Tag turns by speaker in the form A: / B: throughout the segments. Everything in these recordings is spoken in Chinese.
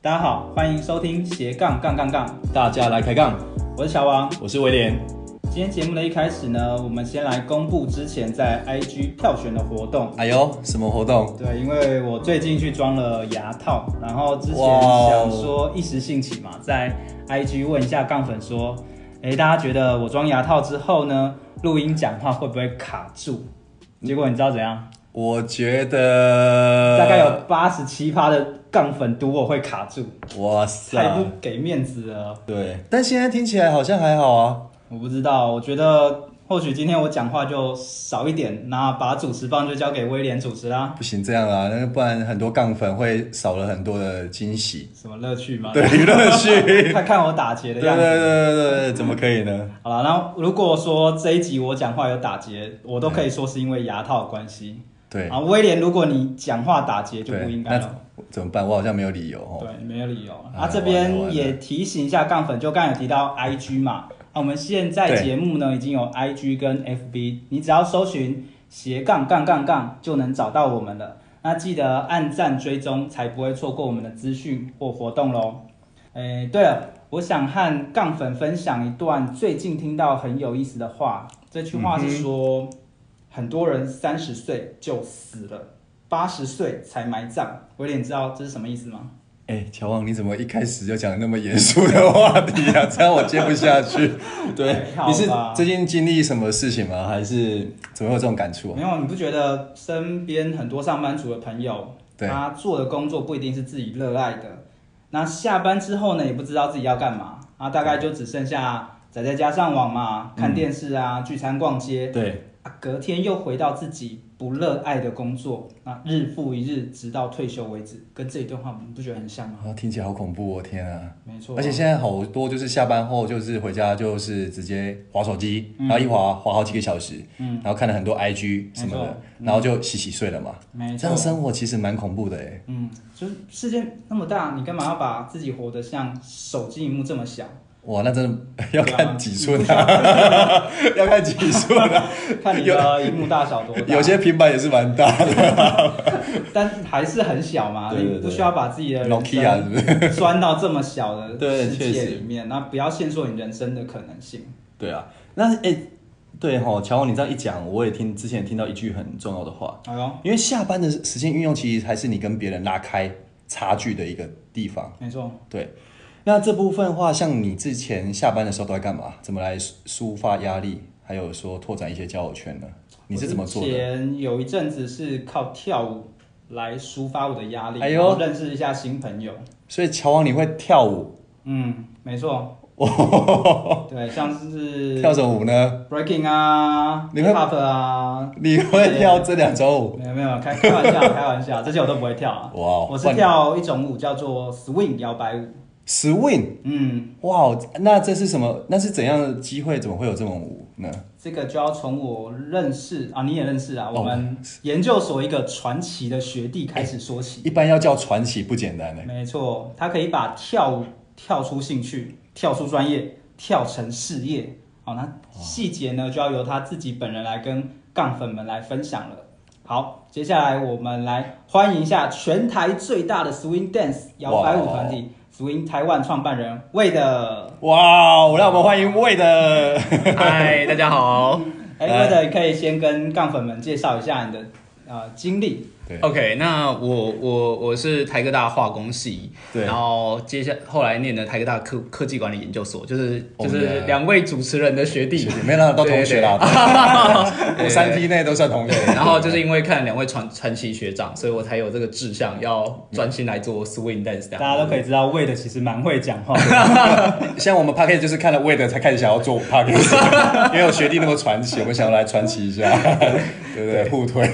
A: 大家好，欢迎收听斜杠杠杠杠，
B: 大家来开杠，
A: 我是小王。
B: 我是威廉。
A: 今天节目的一开始呢，我们先来公布之前在 IG 票选的活动。
B: 哎呦，什么活动？
A: 对，因为我最近去装了牙套，然后之前
B: 哇哦
A: 想说一时兴起嘛，在 IG 问一下杠粉说，哎，大家觉得我装牙套之后呢，录音讲话会不会卡住？结果你知道怎样？
B: 我觉得
A: 大概有八十七趴的杠粉赌我会卡住，
B: 有，哇塞
A: 太，不给面子了。
B: 对，但现在听起来好像还好啊。
A: 我不知道，我觉得或许今天我讲话就少一点，那把主持棒就交给威廉主持啦。
B: 不行这样啦，那不然很多杠粉会少了很多的惊喜，
A: 什么乐趣嘛？
B: 对，乐趣。对
A: 快 看我打结的
B: 对
A: 样
B: 对
A: 子。
B: 对对对，怎么可以 呢？
A: 好了，那如果说这一集我讲话有打结，我都可以说是因为牙套的关系。
B: 对
A: 啊，威廉，如果你讲话打结就
B: 对，
A: 不应该了。
B: 那怎么办？我好像没有理由哦。
A: 对，没有理由啊。
B: 哎
A: 这
B: 完了完
A: 边
B: 了
A: 也提醒一下杠粉，就刚才有提到 IG 嘛，啊，我们现在
B: 对
A: 节目呢已经有 IG 跟 FB，你只要搜寻斜杠杠杠杠就能找到我们了。那记得按赞追踪，才不会错过我们的资讯或活动喽。诶，对了，我想和杠粉分享一段最近听到很有意思的话，这句话是说，很多人三十岁就死了，八十岁才埋葬。威廉，你知道这是什么意思吗？
B: 哎，乔旺，你怎么一开始就讲那么严肃的话题啊？这样我接不 下去。对
A: 还好，吧
B: 你是最近经历什么事情吗？还是怎么会有这种感触啊？
A: 没有，你不觉得身边很多上班族的朋友，
B: 对
A: 他做的工作不一定是自己热爱的，那下班之后呢，也不知道自己要干嘛，啊，大概就只剩下宅在家上网嘛，看电视啊，聚餐、逛街，
B: 嗯对，
A: 啊，隔天又回到自己不热爱的工作，啊，日复一日，直到退休为止，跟这一段话，你不觉得很像吗？
B: 啊，听起来好恐怖哦！天啊！
A: 没错啊，
B: 而且现在好多就是下班后就是回家就是直接划手机，然后一划划好几个小时，然后看了很多 IG 什么
A: 没
B: 的
A: 错，
B: 然后就洗洗睡了嘛。
A: 没
B: 这
A: 错
B: 样，生活其实蛮恐怖的哎。
A: 嗯，就是世界那么大，你干嘛要把自己活得像手机荧幕这么 小？
B: 哇，那真的要
A: 对啊
B: 看几寸啊， 要看几寸 啊。
A: 看你的荧幕大小多大，
B: 有些平板也是蛮大的
A: 但还是很小嘛，
B: 对对对
A: 你不需要把自己的人
B: ，Nokia 是
A: 生
B: 不是？
A: 钻到这么小的
B: 对
A: 世
B: 确
A: 界
B: 实
A: 里面，那不要限缩你人生的可能性。
B: 对啊，那哎，对吼，乔王你这样一讲，我也听之前听到一句很重要的话，
A: 哎呦，
B: 因为下班的时间运用其实还是你跟别人拉开差距的一个地方。
A: 没错，
B: 对，那这部分的话，像你之前下班的时候都在干嘛？怎么来抒抒发压力？还有说拓展一些交友圈呢？你是怎么做
A: 我之
B: 的？
A: 前有一阵子是靠跳舞来抒发我的压力，
B: 哎呦
A: 然后认识一下新朋友。
B: 所以乔王你会跳舞，
A: 嗯，没错，对，像是
B: 哦 跳什么舞 呢？
A: breaking 啊
B: 你会
A: ，hip hop 啊，
B: 你会跳这两种舞？
A: 没有没有，开开玩笑，开玩笑，这些我都不会跳啊。
B: 哇，哦
A: 我是跳一种舞叫做 swing 摇摆舞，
B: swing，
A: 嗯，
B: 哇，那这是什么？那是怎样的机会？怎么会有这种舞呢？
A: 这个就要从我认识啊，你也认识啊，
B: 哦
A: 我们研究所一个传奇的学弟开始说起。
B: 一般要叫传奇不简单呢。
A: 没错，他可以把跳舞跳出兴趣，跳出专业，跳成事业。好，那细节呢就要由他自己本人来跟杠粉们来分享了。好，接下来我们来欢迎一下全台最大的 swing dance 摇摆舞团体 swing 台湾创办人魏的。
B: 哇，让我们欢迎魏的。
C: 嗨，大家好。
A: 哎，
B: 来
A: 魏的，你可以先跟杠粉们介绍一下你的呃经历。
B: 对
C: OK，那我我我是台科大化工系，
B: 对
C: 然后接下后来念的台科大科科技管理研究所，就是就
B: Oh
C: 是
B: yeah
C: 两位主持人的学弟
B: 学， 弟没有啦都同学啦
C: 对 对对
B: 我三 T 内都算同学。
C: 对然后就是因为看两位传传奇学长，所以我才有这个志向，要专心来做 swing dance 这
A: 大
C: 样。
A: 家都可以知道，魏的其实蛮会讲话的。
B: 像我们 p a c k a g e 就是看了 w a 才开始想要做 p a c k a g e 因为我学弟那么传奇，我们想要来传奇一下。对不对？互推，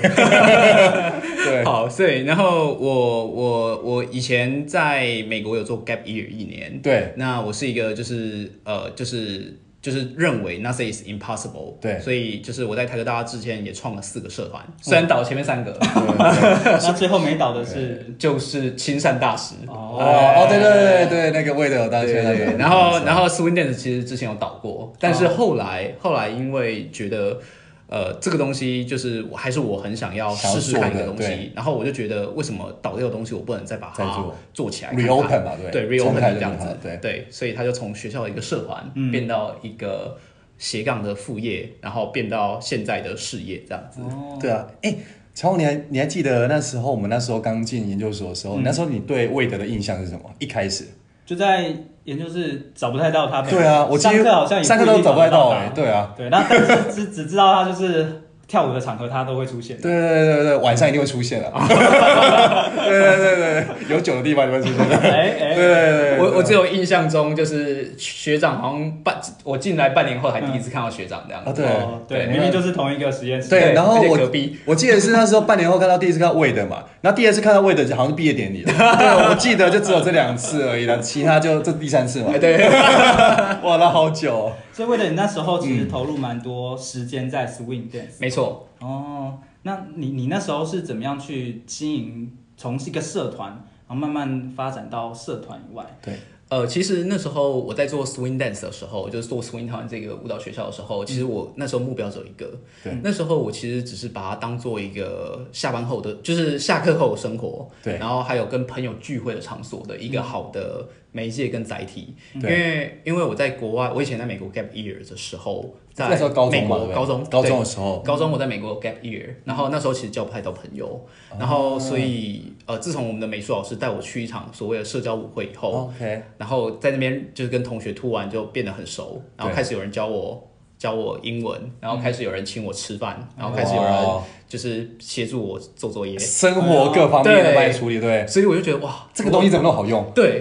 B: 对，
C: 好，所以然后我我我以前在美国有做 gap year 一年，
B: 对，
C: 那我是一个就是呃就是就是认为 nothing is impossible，
B: 对
C: 所以就是我在台科大之前也创了四个社团，虽然倒前面三个，
A: 那最后没倒的是
C: 就是亲善大使，
B: 哦哦，对对对对，那个魏德有当
C: 对
B: 选那
C: 对
B: 个
C: 对，，然后然后 Swing Dance 其实之前有导过，但是
B: 哦
C: 后来、后来因为觉得。呃，这个东西就是我还是我很想要
B: 想要
C: 试试看一
B: 做
C: 个
B: 的
C: 东西
B: 对，
C: 然后我就觉得为什么导这个东西我不能再把它
B: 再做
C: 做起来
B: Reopen 嘛
C: 对
B: 对重
C: reopen
B: 开
C: 这样
B: 就
C: 子
B: 是它，对嗯
C: 对，所以他就从学校的一个社团、变到一个斜杠的副业，然后变到现在的事业这样子。
B: 对啊，哎，乔王，你还你还记得那时候我们那时候刚进研究所的时候，那时候你对魏德的印象是什么？一开始，
A: 就在研究室找不太到他们。
B: 对啊，我其
A: 哎上
B: 实
A: 课好像也
B: 上课
A: 一定
B: 都找不太
A: 到
B: 到
A: 他
B: 哎，对啊，
A: 对，那但是只只知道他就是跳舞的场合他都会出现。
B: 对对对对对，晚上一定会出现的。啊对对对对，有酒的地方就会出现的。对
A: 哎哎，
B: 对对，
C: 我我只有印象中就是学长好像半我进来半年后还第一次看到学长这样子。
B: 啊对
A: 哦对，
C: 对
A: 明明就是同一个实验室。
B: 对，然后
C: 而且
B: 我
C: 隔壁
B: 我记得是那时候半年后看到第一次看到魏德嘛，然后第二次看到魏德就好像是毕业典礼了。对，我记得就只有这两次而已了，其他就这第三次嘛
C: 哎。对，
B: 哇，那好久哦。
A: 所以为了你那时候
B: 嗯
A: 其实投入蛮多时间在 swing dance。
C: 没错。
A: 哦，那你你那时候是怎么样去经营，从一个社团，然后慢慢发展到社团以 外？
B: 对，
C: 呃，其实那时候我在做 swing dance 的时候，就是做 swing town 这个舞蹈学校的时候，其实我那时候目标只有一个。
B: 嗯对
C: 那时候我其实只是把它当做一个下班后的，就是下课后的生活。
B: 对嗯
C: 然后还有跟朋友聚会的场所的一个好的媒介跟载体，因
B: 对
C: 为因为我在国外，我以前在美国 gap year 的时候，在
B: 那时候高中
C: 美
B: 嘛
C: 国
B: 对
C: 高中
B: 高中
C: 对
B: 的时候
C: 高中我在美国 gap year，然后那时候其实交不太到朋友，然后所以呃，自从我们的美术老师带我去一场所谓的社交舞会以后，
B: OK，
C: 然后在那边就是跟同学突然就变得很熟，然后
B: 对
C: 开始有人教我教我英文，然后开始有人请我吃饭，然后开始有
B: 哇
C: 人就是协助我做作业，
B: 生活各方面的
C: 对
B: 帮你处理，对，
C: 所以我就觉得哇，
B: 这个东西怎么那么好用？
C: 对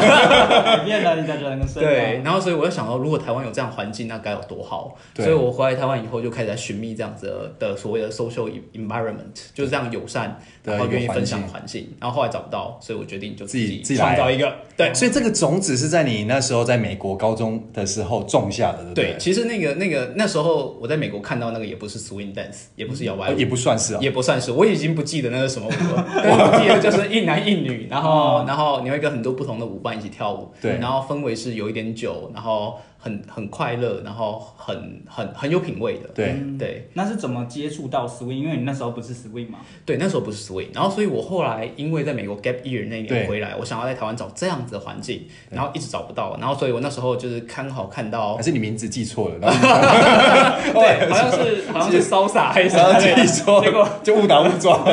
A: 改变了你的人生。啊
C: 对，，然后所以我就想到，如果台湾有这样的环境，那该有多好。
B: 对
C: 所以我回来台湾以后，就开始在寻觅这样子的的所谓的 social environment，就是这样友善，
B: 对
C: 然后
B: 一个
C: 愿意
B: 环
C: 分享的
B: 境
C: 环境。然后后来找不到，所以我决定就
B: 自己自己
C: 己
B: 来
C: 创造一个对。
B: 所以这个种子是在你那时候在美国高中的时候种下的，对不
C: 对，其实那个那个那时候我在美国看到那个也不是 swing dance，也不是摇摆
B: 哦
C: 舞，
B: 也不算是啊。
C: 也不算是，我已经不记得那是什么舞 了，但是我记得就是一男一女，然后然后你会跟很多不同的舞伴一起跳舞，
B: 哦对
C: 然后氛围是有一点酒，然后很很快乐，然后很很很有品味的，
B: 对，
C: 对
A: 那是怎么接触到 swing？因为你那时候不是 swing 嘛。
C: 对，那时候不是 swing，然后所以我后来因为在美国 gap year 那
B: 对
C: 年回来，我想要在台湾找这样子的环境，然后一直找不到，然后所以我那时候就是刚好看到
B: 还。是你名字记 错了，然后你哎
C: 对，好 像是好像是骚洒还是什么
B: 然后
C: 之类的
B: 自己说，
C: 结果
B: 就误打误撞。
C: 对，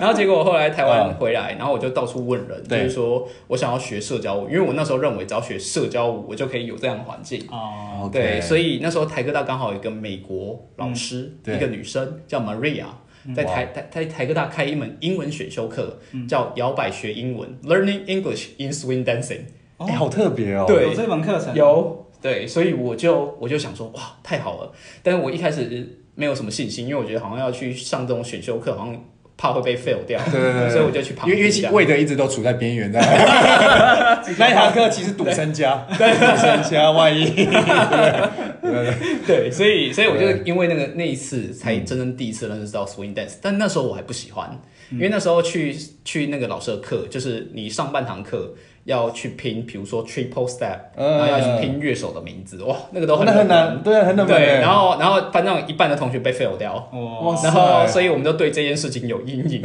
C: 然后结果我后来台湾
B: 嗯
C: 回来，然后我就到处问人，就
B: 对
C: 是说我想要学社交舞，因为我那时候认为只要学社交舞，我就可以有这样的环境。
A: 哦，
B: OK 嗯
C: 对，所以那时候台科大刚好有一个美国老师，
B: 对哦
C: 一个女生叫 Maria，在台台在台科大开一门英文选修课，
B: 嗯
C: 叫摇摆学英文 （Learning English in Swing Dancing）。
B: 哎、好特别哦。
C: 对
A: 有这门课程。
C: 有，对，所以我就我就想说，哇，太好了！但是我一开始没有什么信心，因为我觉得好像要去上这种选修课，好像怕会被 fail 掉，
B: 对对对，对
C: 所以我就去旁
B: 因为
C: 听
B: 因为
C: 一
B: 其
C: 下。
B: 魏德一直都处在边 缘的，那一堂课其实赌身家，赌身家，万一对对对
C: 对，所以所以我就因为那个那一
B: 嗯
C: 次才真正第一次认识到 swing dance，、但那时候我还不喜欢，
B: 嗯
C: 因为那时候去去那个老师的课，就是你上半堂课要去拼，比如说 triple step，、然后要去拼乐手的名字，哇，那个都
B: 嗯
C: 很
B: 那很
C: 冷
B: 难，欸对，很冷门。
C: 对，然后然后班上一半的同学被 fail 掉，
A: 哇，
C: 然后，所
B: 以
C: 以我们就对这件事情有阴影。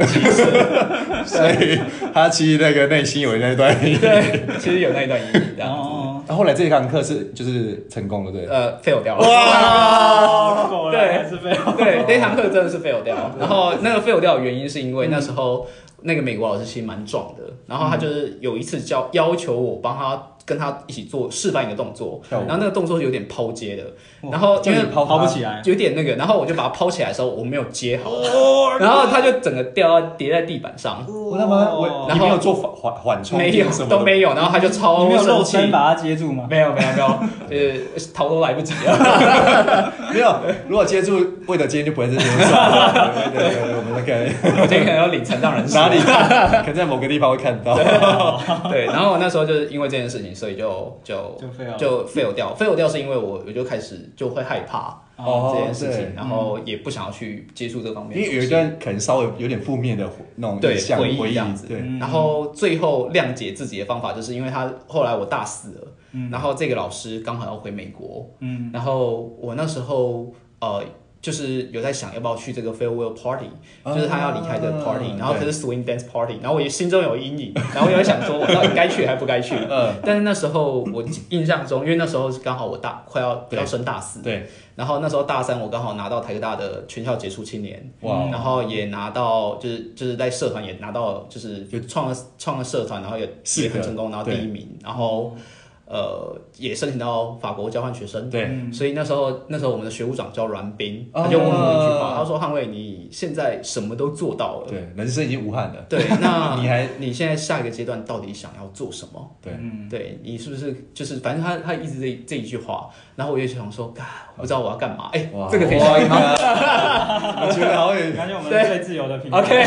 B: 所以他其实那个内心有那一段。
C: 对，其实有那一段阴影这
A: 然
B: 哦
C: 样子，
A: 后
B: 然后后来这一堂课是就是成功了，对。
C: 呃，fail 掉了。
A: 哇，果
C: 哦对
A: 哦然还是被
C: 对，那一堂课真的是 fail 掉。然后那个 fail 掉的原因是因为那时候那个美国老师其实蛮壮的，然后他就是有一次教要求我帮他跟他一起做示范一个动作，
B: 跳舞
C: 然后那个动作是有点抛接的，然后
A: 叫
C: 因
A: 你
C: 为
A: 抛抛不起来，
C: 有点那个，然后我就把它抛起来的时候，我没有接好，
A: 哦
C: 然后它就整个掉到跌在地板上，
B: 我他妈
A: 哦
B: 我
C: 然
B: 你
C: 后
B: 没有做缓缓缓冲
C: 没有
B: 什么的
C: 都没有，然后他就
A: 你
C: 超
A: 没有
C: 生
A: 肉
C: 气，
A: 身把它接住吗？
C: 没有没有没有， 呃，逃都来不及了。
B: 没有。如果接住，为了接就不会在这 边耍了。对对对，对我们那个
C: 我今天可能要领残障人士
B: 哪里可能在某个地方会看到。
C: 对，然后我那时候就是因为这件事情，所以就就
A: 就 fail
C: 就 fail 掉，fail 掉是因为我我就开始就会害怕
B: 哦
C: 这件事
B: 对
C: 情，然后也不想要去接触这方面
B: 因
C: 的东
B: 为
C: 西，
B: 有一段可能稍微有点负面的那种
C: 对
B: 印象
C: 回忆
B: 回
C: 这样子
B: 对，
A: 嗯
C: 然后最后谅解自己的方法，就是因为他后来我大四了，
B: 嗯
C: 然后这个老师刚好要回美国，
A: 嗯，
C: 然后我那时候呃。就是有在想要不要去这个 farewell party，、
B: 啊
C: 就是他要离开的 party，
B: 对
C: 然后可是 swing dance party，然后我也心中有阴影， 然后我也在想说，我到底该去还不该去？
B: 嗯
C: 但是那时候我印象中，因为那时候是刚好我大快要
B: 对
C: 要升大四，
B: 对，
C: 然后那时候大三我刚好拿到台科大的全校杰出青年，
B: 哇
C: 然后也拿到就是就是在社团也拿到就是就创了创了社团，然后也
B: 是的
C: 也很成功，然后第一名，然后呃也申请到法国交换学生，
B: 对
C: 嗯，所以那时候那时候我们的学务长叫阮斌，
B: 哦
C: 他就问我一句话，他说：“汉卫，你现在什么都做到了，
B: 对，人生已经无憾了。
C: 对，那
B: 你还
C: 你现在下一个阶段到底想要做什么？”
B: 对，
C: 对你是不是就是反正他他一直这这一句话，然后我也想说，干，我不知道我要干嘛，哎、
B: 哇
C: 这 个可以
B: 哇
C: 下一吗？
B: 我觉得好有
A: 感觉我们
C: 对
A: 是最自由的频道。
C: OK，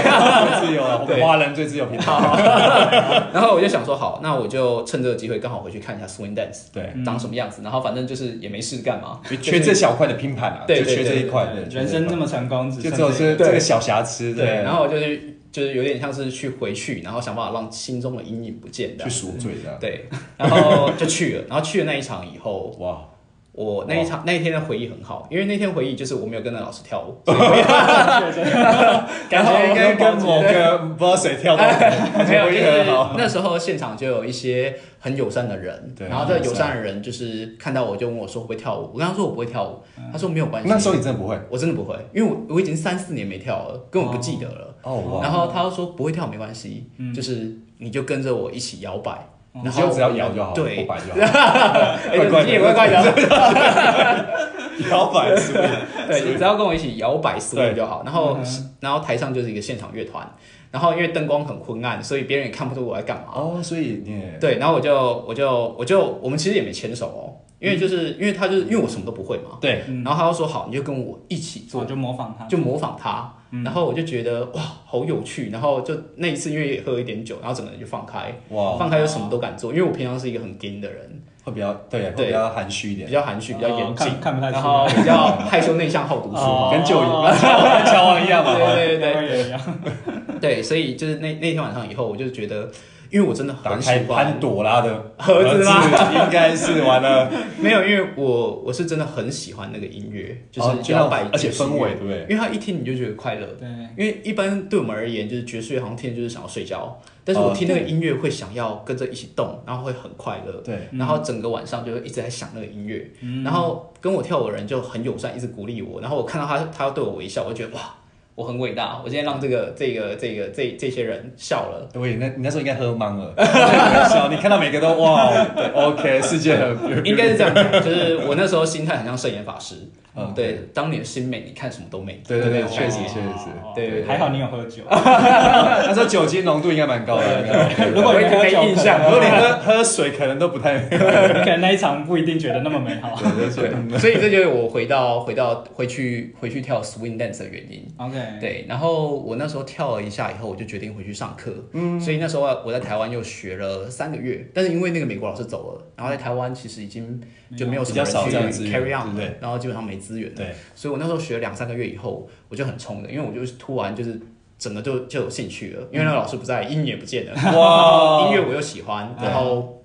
B: 自由啊，我们
C: 对
B: 华人最自由频道。
C: 然后我就想说，好，那我就趁这个机会刚好回去看一下 swing dance
B: 对，
C: 长什么样子，然后反正就是也没事干嘛，
B: 就缺这小块的拼盘啊，
C: 对
B: 就缺
C: 对
B: 这
C: 对
B: 一块。对，缺
A: 人
B: 这一
A: 生
B: 块
A: 这么成功，只
B: 就
A: 剩
B: 只有
A: 这
B: 这
A: 个
B: 这个小瑕疵，
C: 对，然
B: 后
C: 后我就是就是有点像是去回去，然后想办法让心中的阴影不见的
B: 去，赎罪这样。
C: 对，然后就去了，然 后去了那一场以后，
B: 哇，
C: 我那一场那一天的回忆很好，因为那天回忆就是我没有跟那老师跳舞， 感觉应该
B: 跟某个不知道谁跳到的，
C: 没有，就
B: 回忆
C: 是
B: 很好。
C: 那时候现场就有一些很友善的人，
B: 对
C: 然后这个友善的人就是看到我就问我说会不会跳舞，我跟他说我不会跳舞，他说没有关系。
B: 嗯那时候你真的不会
C: 我真的不会，因为我我已经三四年没跳了，根本不记得了。
B: 哦哇，
C: 然后他说不会跳没关系，就是你就跟着我一起摇摆，然
B: 你
C: 后
B: 哦就只要摇就好，
C: 对
B: 不，摆就好，
C: 哎
B: 怪怪的
C: 你也怪怪 的，
B: 摇摆是不是？
C: 对，你只要跟我一起摇摆 swing 就好。然后，然后台上就是一个现场乐团，然后因为灯光很昏暗，所以别人也看不出我在干嘛。
B: 哦，所以你也
C: 对，然后我就我就我就我们其实也没牵手哦，因为就是、因为他就是因为我什么都不会嘛，
B: 对
C: 然后他就说好，你就跟我一起
A: 我
C: 做，
A: 就模仿他。
C: 就模仿他，
B: 嗯
C: 然后我就觉得哇好有趣，然后就那一次因为也喝了一点酒，然后整个人就放开，
B: 哇，
C: 放开就什么都敢做，因为我平常是一个很 gay 的人，
B: 会比较对，会
C: 对
B: 比较含蓄一
C: 比
B: 点，
C: 较含蓄，比较
A: 哦
C: 严谨
A: 看，看不太出
C: 然
A: 来
C: 后比 较害羞内向好读书嘛，
A: 哦
B: 跟旧
A: 哦
B: 跟乔王乔王一样嘛。
C: 对对对
A: 跟我也一样。
C: 对对，所以就是那那天晚上以后，我就觉得，因为我真的
B: 打
C: 很喜
B: 开
C: 欢
B: 潘朵拉的
C: 盒子吗
B: 应该是完了，
C: 没有，因为我我是真的很喜欢那个音乐，
B: 哦
C: 就是
B: 就那
C: 摇
B: 种
C: 摆爵士乐、
B: 而且氛围对不对
C: 因为它一听你就觉得快乐。
A: 对
C: 因为一般对我们而言，就是爵士乐好像听着就是想要睡觉，但是我
B: 哦
C: 听那个音乐会想要跟着一起动，然后会很快乐。
B: 对，
C: 然后整个晚上就会一直在想那个音乐，
B: 嗯
C: 然后跟我跳舞的人就很友善，一直鼓励我。然后我看到他，他对我微笑，我就觉得哇，我很伟大，我今天让这个这个这个这这些人笑了。
B: 我也那你那时候应该喝懵了， 笑，你看到每个都哇对，OK，世界很
C: 应该是这 样讲，就是我那时候心态很像圣严法师。
B: 嗯
C: 对，当年心美，你看什么都美。
B: 对对对，
C: 那种
B: 确
C: 感
B: 实
C: 觉
B: 确实，
C: 对对对
A: 哦还好你有喝 酒。
B: 那时候酒精浓度应该蛮高的。
A: 如果你喝酒，
C: 没印象
B: 如果你喝喝水，可能都不太 对
A: 你可能那一场不一定觉得那么美好。
B: 对 对。
C: 对，所以这就是我回到回到回去回去跳 swing dance 的原因。
A: OK，，
C: 对，然后我那时候跳了一下以后，我就决定回去上课。嗯，所以那时候我在台湾又学了三个月，但是因为那个美国老师走了，然后在台湾其实已经就没有什么
B: 比较少这样
C: 人
B: 资
C: 去
B: 源
C: carry
B: 对
C: on，
B: 不
C: 了
B: 对
C: 然后基本上没资源了。
B: 对，
C: 所以我那时候学了两三个月以后，我就很冲的，因为我就是突然就是整个就就有兴趣了，因为那个老师不在，音也不见了，
B: 哇哎
C: 音乐我又喜欢，然后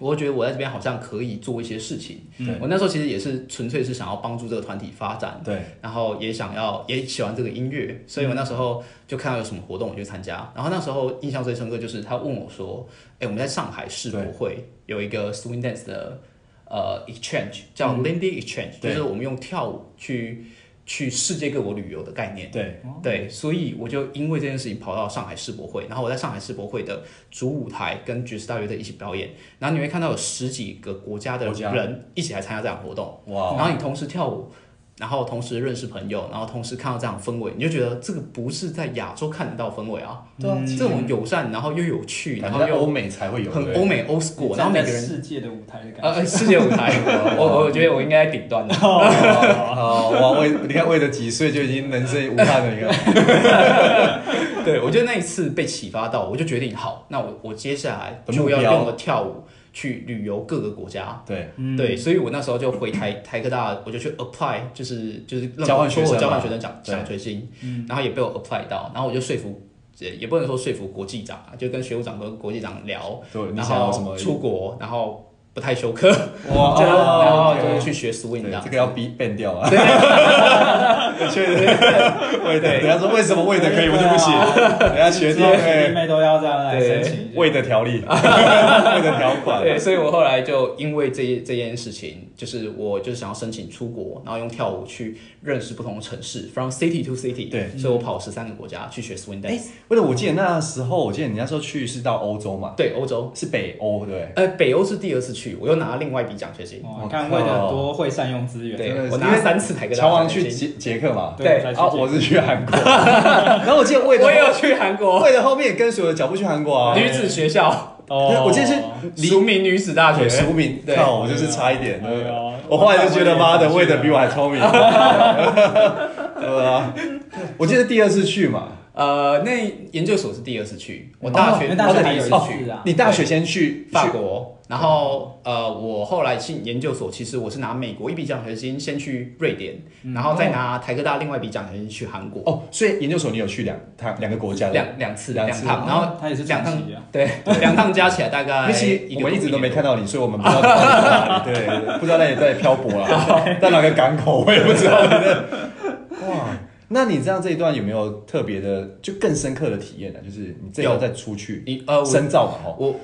C: 我就觉得我在这边好像可以做一些事情
B: 对。
C: 我那时候其实也是纯粹是想要帮助这个团体发展，
B: 对，
C: 然后也想要也喜欢这个音乐，所以我那时候就看到有什么活动我就参加。然后那时候印象最深刻就是他问我说：“哎、我们在上海世博会有一个 swing dance 的呃 exchange 叫 Lindy Exchange，、就
B: 对
C: 是我们用跳舞去去世界各国旅游的概念。
B: 对，
C: 对，所以我就因为这件事情跑到上海世博会，然后我在上海世博会的主舞台跟爵士大乐队一起表演，然后你会看到有十几个国家的
B: 国家
C: 人一起来参加这场活动，
B: 哇，
C: 然后你同时跳舞，然后同时认识朋友，然后同时看到这样的氛围，你就觉得这个不是在亚洲看得到的氛围啊，
B: 对啊，
C: 这种友善，然后又有趣，然
B: 感觉
C: 后
B: 在欧
C: 又
B: 美才会有，
C: 很
B: 对
C: 欧美 old school，然
A: 站
C: 后每
A: 在
C: 个人
A: 世界的舞台的感
C: 呃
A: 觉。
C: 呃世界 舞台，我我觉得我应该在顶端的。
B: 哦，哇，为你看为了几岁就已经人生无憾了，你 看，
C: 对，我觉得那一次被启发到，我就决定好，那我我接下来
B: 的目
C: 就要
B: 标
C: 用我跳舞去旅游各个国家。
B: 对，
A: 嗯
C: 对，所以我那时候就回台 台科大，我就去 apply，就是就是让
B: 交换学生嘛
C: 我交换学生奖
B: 对嗯
C: 奖学金，然后也被我 apply 到，然后我就说服，也也不能说说服国际长啊，就跟学务长跟国际长聊，
B: 对，你
C: 然
B: 想要什
C: 后
B: 么？
C: 出国，然后不太休克，
B: 哇，
C: 就 然后
B: 哦
C: 就
B: OK
C: 是去学 swing 这
B: 对，
C: 样
B: 这。个要逼变掉 啊。确实，魏德，人家说为什么魏德可以，我就不行？
C: 啊
B: 人家学弟
A: 所有学弟
B: 对
A: 妹都要这样来申请一下。
B: 魏的条 例，魏的条款，
C: 对，所以我后来就因为这这件事情，就是我就是想要申请出国，然后用跳舞去认识不同的城市，from city to city。
B: 对，
C: 所以我跑十三个国家去学 swing
B: 哎
C: dance。，
B: 魏德，我记得那时候，我记得你那时候去是到欧洲嘛，
C: 对，欧洲，
B: 是北欧，对
C: 呃，北欧是第二次去，我又拿了另外一笔奖学金。
A: 哦
B: 我
A: 你看
B: 靠
A: 为了多会善用资源，
C: 对
B: 真的，是
C: 我拿了三次台
B: 不对？
C: 科
B: 乔
C: 大
B: 王
C: 奖学
B: 去
C: 金。
B: 捷捷克嘛，
C: 对
A: 才去
B: 啊，我是去韩国， 然后我记得魏德
C: 我，也有去韩国
B: 魏德后面也跟随我的脚步去韩国啊，
C: 女子学校，
A: 哦，
B: 我记得是离
C: 黎明女子大学
B: 对，。俗名，
C: 对
B: 靠，我就是差一点。
A: 哎呦
B: 我后来就觉得，妈的，
A: 我
B: 魏
A: 也想去啊
B: 德比我还聪明。对啊，我记得第二次去嘛，
C: 呃，那研究所是第二次去，我大
A: 哦
C: 学
A: 那大学
C: 第
A: 还
C: 一
A: 有
C: 次
A: 一
C: 去
A: 次啊，
B: 你大学先去
C: 法，国，然后呃，我后来进研究所，其实我是拿美国一笔奖学金先去瑞典，然后再拿台科大另外一笔奖学金去韩
B: 去
C: 国，
B: 嗯哦，所以研究所你有去两趟两个国家的，
C: 两两次
B: 两
C: 两
B: 次啊
C: 趟，然后
A: 他也是
C: 两
A: 传
C: 趟
A: 奇啊，
C: 对两趟加起来大概
B: 因为其
C: 一
B: 实
C: 个
B: 我们一直都没看
C: 到。
B: 到你，所以我们不知道你到底在哪里，对对，对不知道那里在漂泊 啦，在哪个港口我也不知道你在。哇，那你这样这一段有没有特别的，就更深刻的体验呢？就是你这一段
C: 有
B: 再出去
C: 你呃，我
B: 深造嘛，哦吼，
C: 我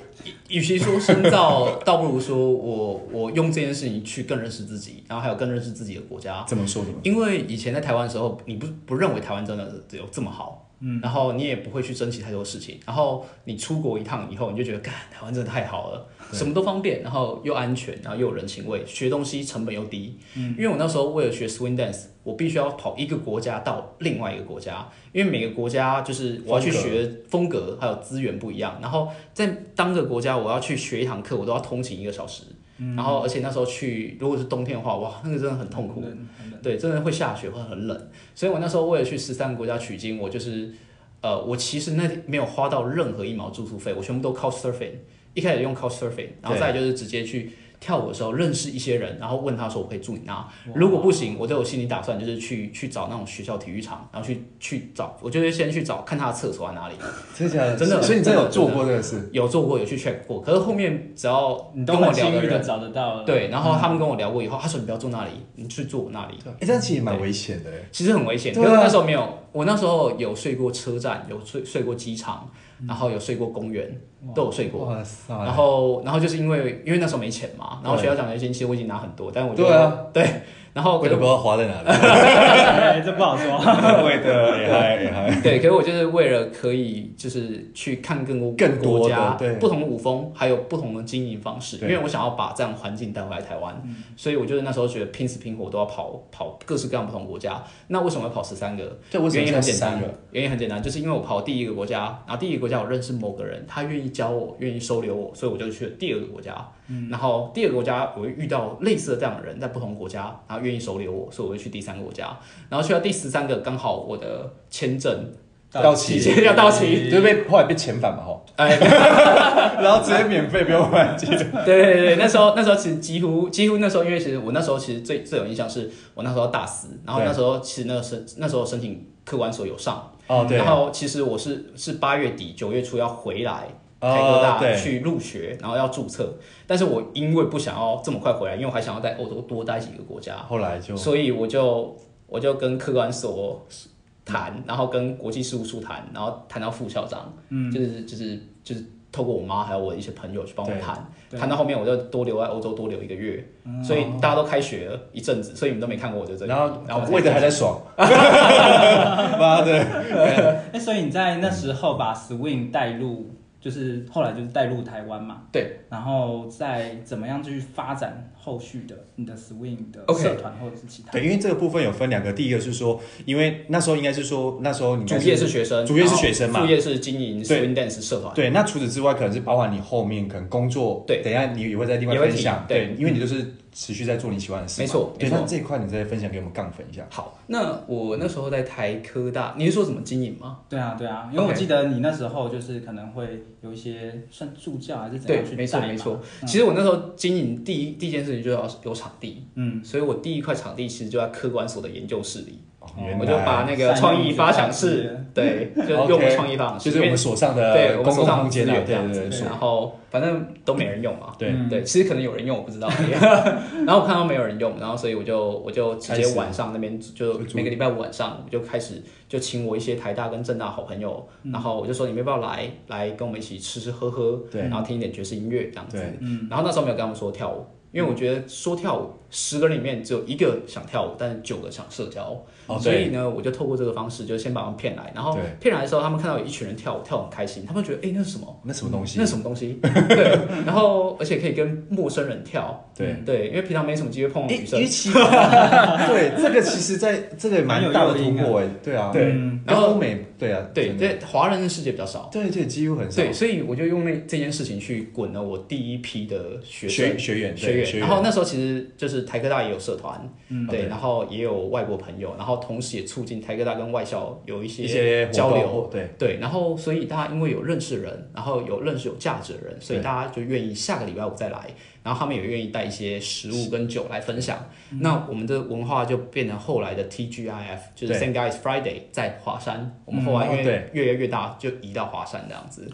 C: 与与其说深造，倒不如说我我用这件事情去更认识自己，然后还有更认识自己的国家，
B: 怎么说怎么说？
C: 因为以前在台湾的时候，你不不认为台湾真的有这么好，嗯，然后你也不会去珍惜太多事情，然后你出国一趟以后，你就觉得，干，台湾真的太好了，什么都方便，然后又安全，然后又有人情味，学东西成本又低，嗯，因为我那时候为了学 swing dance，我必须要跑一个国家到另外一个国家，因为每个国家就是我要去
B: 风格
C: 学风格还有资源不一样，然后在当个国家我要去学一堂课，我都要通勤一个小时。
A: 嗯
C: 然后，而且那时候去，如果是冬天的话，哇，那个真的很痛苦。
A: 很冷很冷
C: 对，真的会下雪，会很冷。所以我那时候为了去十三个国家取经，我就是，呃，我其实那没有花到任何一毛住宿费，我全部都 couch surfing。一开始用 couch surfing，然后再来就是直接去跳舞的时候认识一些人，然后问他说我可以住你那。如果不行，我都有心理打算，就是去去找那种学校体育场，然后去去找，我就会先去找看他的厕所在哪里。
B: 真的假的？啊
C: 真的啊
B: 所以你真的有
C: 真的
B: 做过这个事？
C: 有做过，有去 check 过，可是后面只要
A: 你
C: 跟
A: 都
C: 我
A: 很
C: 聊
A: 幸运
C: 的
A: 的
C: 人，
A: 找得到了，
C: 对，然后他们跟我聊过以后，他说你不要住那里，你去住我那里。
B: 哎、这样其实也蛮危险的欸。
C: 其实很危险。
B: 对
C: 可
B: 啊
C: 是那时候没有，我那时候有睡过车站，有睡睡过机场，然后有睡过公园，都有睡过。
B: 哇塞！
C: 然后，然后就是因为因为那时候没钱嘛，然后
B: 对
C: 学校奖学金其实我已经拿很多，但我就
B: 对啊
C: 对，然后
B: 我
C: 可
B: 都
C: 是
B: 不知道滑在哪 里。
A: 哎，这不好说。
B: 对的，也还也还。
C: 对，可是我就是为了可以就是去看更多
B: 更多的
C: 国家
B: 对
C: 不同的舞风，还有不同的经营方式，因
B: 对
C: 为我想要把这样环境带回来台湾，所以我就是那时候觉得拼死拼活都要跑跑各式各样不同的国家。那为什么要跑十三个？
B: 对，为什么
C: 原因很
B: 现在
C: 简单
B: 三个？，
C: 原因很简单，就是因为我跑第一个国家，然后第一个国家我认识某个人，他愿意教我，愿意收留我，所以我就去了第二个国家。
B: 嗯
C: 然后第二个国家我会遇到类似的这样的人，在不同国家，然后愿意收留我，所以我会去第三个国家。然后去到第十三个，刚好我的签证
B: 到
C: 期
B: 期
C: 限要 到期，
B: 就是被后来被遣返嘛吼，
C: 哎，
B: 然后直接免费不用还机的。
C: 对对对，那时候那时候其实几乎几乎那时候，因为其实我那时候其实最最有印象是我那时候大四，然后
B: 对
C: 那时候其实那个申那时候申请客观所有上，
B: 哦对
C: 然后其实我是是八月底九月初要回来。
B: 哦
C: 台科大
B: 对
C: 去入学，然后要注册，但是我因为不想要这么快回来，因为我还想要在欧洲多待几个国家，
B: 后来就
C: 所以我就我就跟客观所谈，然后跟国际事务处谈，然后谈到副校长，嗯，就是就是就是透过我妈还有我的一些朋友去帮我
B: 对嗯
C: 谈，
A: 对
C: 谈到后面我就多留在欧洲多留一个月，所以大家都开学了一阵子，所以你们都没看过我在这里。
B: 然后
C: 然后我
B: 魏德还在 爽，妈的，
A: 哎、所以你在那时候把 swing 带入，就是后来就是带入台湾嘛，
C: 对，
A: 然后再怎么样去发展后续的你的 swing 的
C: OK
A: 社团或者是其他
B: 对，因为这个部分有分两个，第一个是说，因为那时候应该是说那时候你应
C: 主
B: 该
C: 业是学生，
B: 主业是学生
C: 然
B: 嘛
C: 后副业是经营
B: 对
C: swing dance 社团。
B: 对，那除此之外，可能是包含你后面可能工作，
C: 对
B: 等一下你也会在另外
C: 也会
B: 分享，
C: 提对
B: 因为你就是持续在做你喜欢的事嘛，
C: 没错
B: 对，
C: 没错
B: 那这一块你再分享给我们杠粉一下，
C: 好，那我那时候在台科大，你是说怎么经营吗？
A: 对啊，对啊，因为我
C: OK
A: 记得你那时候就是可能会有一些算助教还是怎
C: 对
A: 样，去
C: 没
A: 带
C: 错
A: 嘛，
C: 没错。
B: 嗯
C: 其实我那时候经营第一第一件事情就要有场地，
A: 嗯，
C: 所以我第一块场地其实就在科管所的研究室里，
B: 哦
A: 哦
B: 原来
C: 我就把那个创意发想室， 对，就用
B: OK，
C: 我们创意发想室，
B: 就是我
C: 因为
B: 们所上
C: 对
B: 的
C: 我
B: 公
C: 们手
B: 共
C: 上
B: 空
C: 的
B: 间
C: 资
B: 啊，
C: 源这
B: 对
C: 样
B: 对
C: 子
B: 对，所
C: 然后反正都没人用嘛。
B: 对
A: 嗯
C: 对，其实可能有人用，我不知 道。然后我看到没有人用，然后所以我就我就直
B: 开
C: 接
B: 始
C: 晚上那边就
B: 就租
C: 每个礼拜五晚上我就开始就请我一些台大跟政大好朋友，
B: 嗯
C: 然后我就说你们要不要来来跟我们一起吃吃喝喝，
B: 对
C: 然后听一点爵士音乐这样子
B: 对。嗯
A: 嗯
C: 然后那时候没有跟他们说跳舞，因为我觉得说跳舞十个人里面只有一个想跳舞，但是九个想社交。
B: 哦
C: 所
B: 对
C: 以呢，我就透过这个方式，就先把他们骗来，然后
B: 对
C: 骗来的时候，他们看到有一群人跳舞，跳得很开心，他们觉得哎、诶那是什么？
B: 那什么东西，
C: 那什么东西？对，然后而且可以跟陌生人跳，
B: 对。
C: 对，因为平常没什么机会碰到
B: 诶
C: 女生
B: 于。其 对这个其实在这个蛮大的突
A: 蛮有
B: 破哎，对啊，
C: 对
B: 嗯
C: 然后
B: 跟欧美对啊，
C: 对，
B: 真的
C: 在华人的世界比较少，
B: 对对，几乎很少，
C: 对，所以我就用那这件事情去滚了我第一批的学
B: 学
C: 生。
B: 学员
C: 学
B: 对学
C: 员，
B: 员，
C: 然后那时候其实就是台科大也有社团，
A: 嗯
C: 对，
B: 哦对
C: 然后也有外国朋友，然后同时也促进台科大跟外校有一
B: 一些
C: 些
B: 活动
C: 交流，
B: 或对
C: 对，然后所以大家因为有认识人，然后有认识有价值的人，所以
B: 对
C: 大家就愿意下个礼拜五再来，然后他们也愿意带一些食物跟酒来分享。
B: 嗯
C: 那我们的文化就变成后来的 TGIF，就是
B: 对
C: Same Guys Friday 在华山，我们后来
B: 嗯
C: 因为
B: 对哦
C: 越来越大，就移到华山这样子。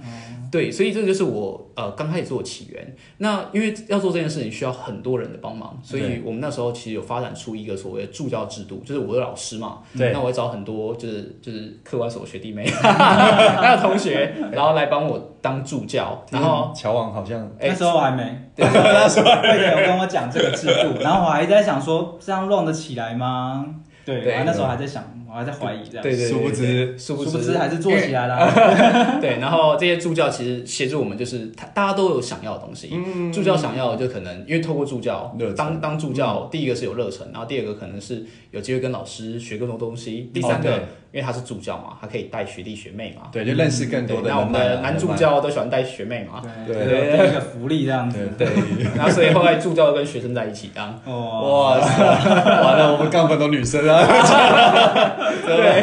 C: 对，所以这就是我呃刚开始做的起源。那因为要做这件事情需要很多人的帮忙，所以
B: 对
C: 我们那时候其实有发展出一个所谓的助教制度，就是我的老师嘛，
B: 对
C: 嗯那我会找很多就是就是科管所的学 弟妹还有同学，然后来帮我当助教，然后
B: 嗯乔王好像
A: 嗯
C: 哎
A: 那时候我还没， 对，有跟我讲这个制度，然后我还在想说这样 run 得起来吗？对，
C: 对
A: 我还那时候还在想，我还在怀疑这样，
C: 对对对，
B: 殊不知
C: 对
A: 殊
C: 殊不
A: 不
C: 知
A: 知还是做起来了。
C: 对，然后这些助教其实协助我们，就是他大家都有想要的东西。
A: 嗯
C: 助教想要的就可能因为透过助教
B: 热，忱
C: 当当助
A: 嗯
C: 教，第一个是有热忱，然后第二个可能是有机会跟老师学更多东西，第三个、
B: 哦对
C: 因为他是助教嘛，他可以带学弟学妹嘛。
B: 对就认识更多的
C: 嗯那我们
B: 人
C: 的
B: 脉啊
C: 男助，教都喜欢带学妹嘛。
A: 对，
B: 对
A: 对，有一个福利这样
B: 人
A: 子。
B: 脉对对，
C: 然后所以后来助教跟学生在一起当。
A: 哦，
B: 哇塞，完了我们杠粉都女生啊，
C: 对，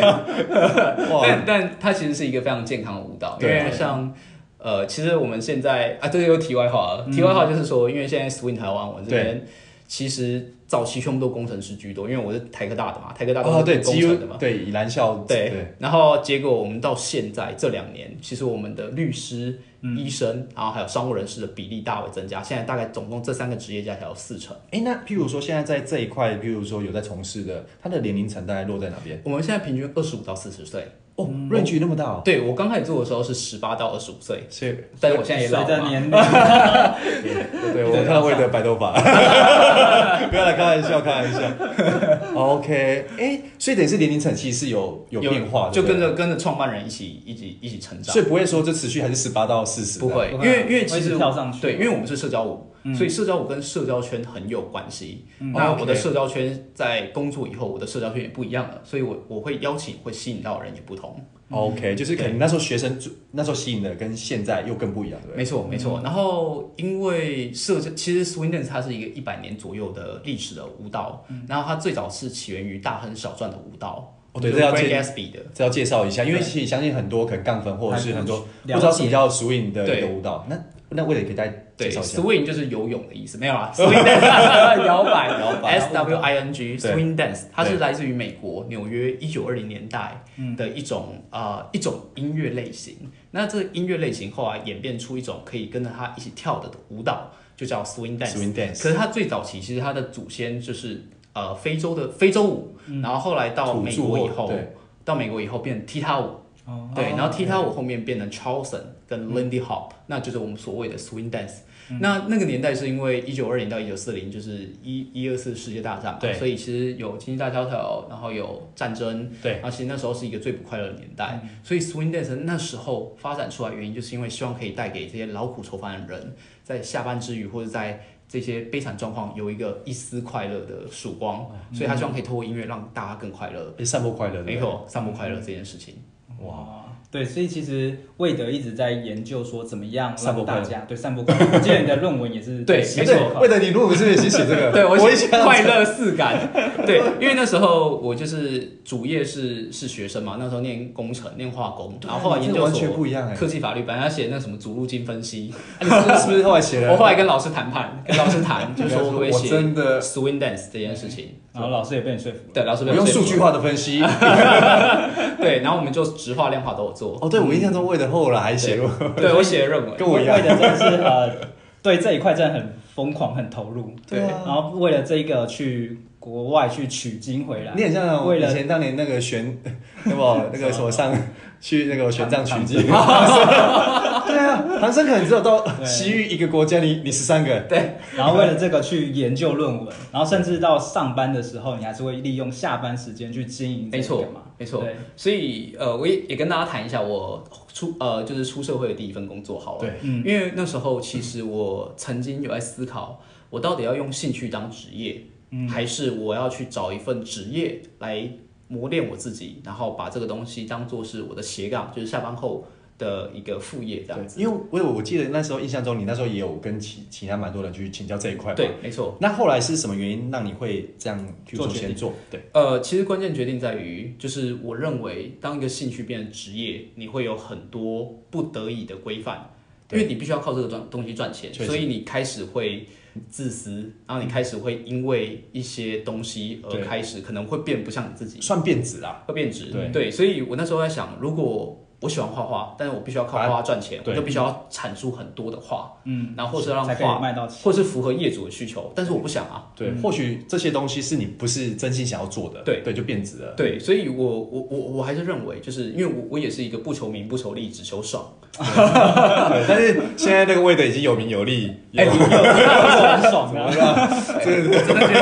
B: 哇，
C: 但但它其实是一个非常健康的舞蹈，因
B: 对
C: 为像呃，其实我们现在啊，这个又题外话
B: 嗯
C: 了。题外话就是说，因为现在 Swing 台湾，我这边其实早期全部都工程师居多，因为我是台科大的嘛，台科大都
B: 哦
C: 是
B: 对，
C: 读工
B: 几乎
C: 程的嘛。
B: 对以蓝校
C: 对
B: 对，
C: 然后结果我们到现在这两年，其实我们的律师、
B: 嗯
C: 医生，然后还有商务人士的比例大为增加，现在大概总共这三个职业加起来有四成。
B: 哎，那譬如说现在在这一块，譬如说有在从事的，他的年龄层大概落在哪边？
C: 我们现在平均二十五到四十岁，
B: 哦，range 那么大哦，
C: 对我刚开始做的时候是十八到二十五岁，
B: 所以
C: 但是我现在也老
A: 随
C: 了
A: 着
C: 嘛。
A: 年龄，
B: 对，我看到魏德白头发， 不要来开玩笑，开玩笑。OK，哎、 所以等于是年龄层其实是有有变化的，
C: 就跟
B: 对
C: 着跟着创办人一起一起一起成
B: 不对，
C: 长
B: 所。以不会说这持续还是十八到四十，
C: 不会，
A: 不
C: 因
A: 会啊
C: 为因为
A: 我
C: 其
A: 一直
C: 实
A: 跳上去
C: 对，因为我们是社交舞，所以社交舞跟社交圈很有关系。那
B: 哦 OK
C: 我的社交圈在工作以后，我的社交圈也不一样了，所以我我会邀请会吸引到的人也不同。
B: OK，就是可能那时候学生最那时候吸引的跟现在又更不一样，对不对？
C: 没错没错。然后因为社交，其实 swing dance 它是一个一百年左右的历史的舞蹈，然后它最早是起源于大亨小传的舞蹈，
B: 哦对
C: 就是
B: 这要
C: Great
B: 介
C: Gatsby 的。
B: 这要介绍一下，因为其实相信很多可能杠粉或者是很多不知道什么叫 swing 的一个舞蹈，那那魏德也可以再介
C: 对
B: 绍一下。
C: ，swing 就是游泳的意思，没有啦。swing dance 摇摆，
B: 摇摆
C: s W I N G
B: 对
C: swing dance，它
B: 对
C: 是来自于美国纽约一九二零年代的一种呃一种音乐类型。那这个音乐类型后来演变出一种可以跟着它一起跳的舞蹈，就叫 swing dance。
B: swing dance，
C: 可是它最早期其实它的祖先就是呃非洲的非洲舞，然后后来到
B: 嗯土
C: 美
B: 著
C: 国
B: 或
C: 以后
B: 对，
C: 到美国以后变成踢踏舞，
A: 哦
C: 对，然后踢踏舞后面变成 Charleston 跟
D: 嗯
C: Lindy Hop，、那就是我们所谓的 swing dance。那那个年代是因为一九二零到一九四零就是一一二次世界大战嘛，
D: 对
C: 所以其实有经济大萧条，然后有战争，
D: 对嗯
C: 然后其实那时候是一个最不快乐的年代，所以 swing dance 那时候发展出来原因就是因为希望可以带给这些劳苦愁烦的人，在下班之余或者在这些悲惨状况有一个一丝快乐的曙光，所以他希望可以透过音乐让大家更快乐，
D: 诶散播快乐，哦嗯对
C: 没
D: 不对
C: 错，散播快乐这件事情。
D: 哇，
A: 对，所以其实魏德一直在研究说怎么样
D: 散播快
A: 让
D: 乐
A: 大家对散播快乐。我记得你的论文也是
C: 对
A: 写
C: 没
A: 这
C: 错
A: 一
B: 哎对，
A: 块
B: 为了你论文是不是也写这个？
C: 对，我
B: 我一
C: 写
B: 想
C: 快乐四 感。对，因为那时候我就是主业是是学生嘛，那时候念工程，念化工，然后后来研究
B: 这完全
C: 所
B: 不一样哎
C: 科技法律，本来要写那什么主路径 分析，哎
B: 你是不是是不是后来写了？
C: 我后来跟老师谈判，跟老师谈，就说会不会
B: 啊我
C: 写
B: 真的嗯
C: swing dance 这件事情。
A: 然后老师也被你说服了。
C: 对，老师
B: 我
C: 被我
B: 用
C: 说服
B: 数据化的分析。
C: 对，然后我们就直化量化都有做。
B: 哦，对，我印象中为了后来还写过，
C: 对我写的论文，
B: 跟我一样
A: 魏德真的是呃，对这一块真的很疯狂，很投入。
C: 对
B: 对
A: 然后为了这个去国外去取经回来，
B: 你很像那种
A: 为
B: 以
A: 了
B: 前当年那个玄， 那么那个什么上去那个玄奘取经， 对啊，唐僧可能只有到
A: 对
B: 西域一个国家，你你十三个，
A: 然后为了这个去研究论文，然后甚至到上班的时候，你还是会利用下班时间去经营这
C: 没
A: 个
C: 错
A: 嘛？，
C: 没错
A: 对。
C: 所以呃，我也也跟大家谈一下我出呃就是出社会的第一份工作好了。
D: 对
A: 嗯
C: 因为那时候其实我曾经有在思考，我到底要用兴趣当职业，还是我要去找一份职业来磨练我自己，然后把这个东西当做是我的斜杠，就是下班后的一个副业这样子。
B: 因为我有我记得那时候印象中你那时候也有跟其其他蛮多人去请教这一块嘛，
C: 对，没错。
B: 那后来是什么原因让你会这样去
A: 做
B: 做
A: 决
B: 先
A: 定
B: 做？对，
C: 呃，其实关键决定在于，就是我认为当一个兴趣变成职业，你会有很多不得已的规范，因
B: 对
C: 为你必须要靠这个赚东西赚钱，
B: 确实
C: 所以你开始会自私，然后你开始会因为一些东西而
B: 对
C: 开始可能会变不像你自己，
B: 算变质啦，
C: 会变质。
B: 对
C: 所以我那时候在想，如果我喜欢画画，但是我必须要靠画画赚钱，我
B: 对
C: 就必须要产出很多的画，
A: 嗯，
C: 然后或是让
A: 才可以
C: 画，
A: 卖到钱。
C: 或是符合业主的需求，但是我不想啊。
B: 对，或许这些东西是你不是真心想要做的，
C: 对
B: 嗯对，就变质了。
C: 对，所以我我我我还是认为，就是因为我我也是一个不求名不求利，只求爽。
B: 对但是现在那个味的已经有名有利，
C: 哎、
A: 很爽啊！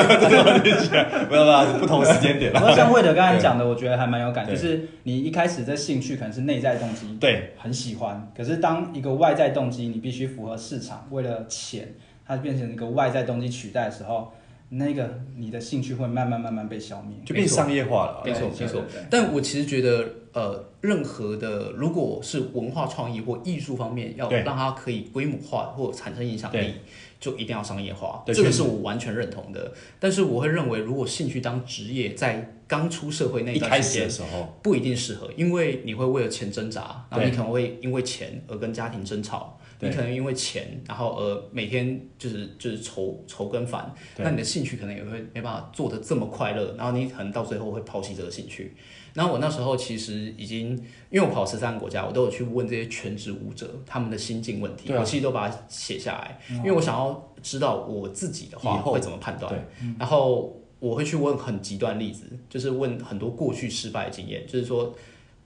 B: 不要不要，不同时间点
A: 不
B: 了。
A: 过像魏德刚才讲的，我觉得还蛮有感，就
B: 对
A: 是你一开始这兴趣可能是内在动机，
B: 对，
A: 很喜欢。可是当一个外在动机，你必须符合市场，为了钱，它变成一个外在动机取代的时候，那个你的兴趣会慢慢慢慢被消灭。
B: 就变商业化了。
C: 没错
A: 对
C: 没错
A: 对对。
C: 但我其实觉得，呃，任何的如果是文化创意或艺术方面，要
B: 对
C: 让它可以规模化或产生影响力
B: 对，
C: 就一定要商业化。
B: 对
C: 这个
B: 确实
C: 是我完全认同的。但是我会认为，如果兴趣当职业，在刚出社会那
B: 一
C: 段
B: 开
C: 时
B: 始
C: 间
B: 的，时候，
C: 不一定适合，因为你会为了钱挣扎，然后
B: 对
C: 你可能会因为钱而跟家庭争吵，你
B: 对
C: 可能因为钱，然后而每天就是就是愁愁跟烦，
B: 对
C: 那你的兴趣可能也会没办法做的这么快乐，然后你可能到最后会抛弃这个兴趣。然后我那时候其实已经，因为我跑十三个国家，我都有去问这些全职舞者他们的心境问题，
B: 对啊
C: 我其实都把它写下来，因为我想要知道我自己的话
B: 以后
C: 会怎么判断。
B: 对
C: 然后我会去问很极端例子，就是问很多过去失败的经验，就是说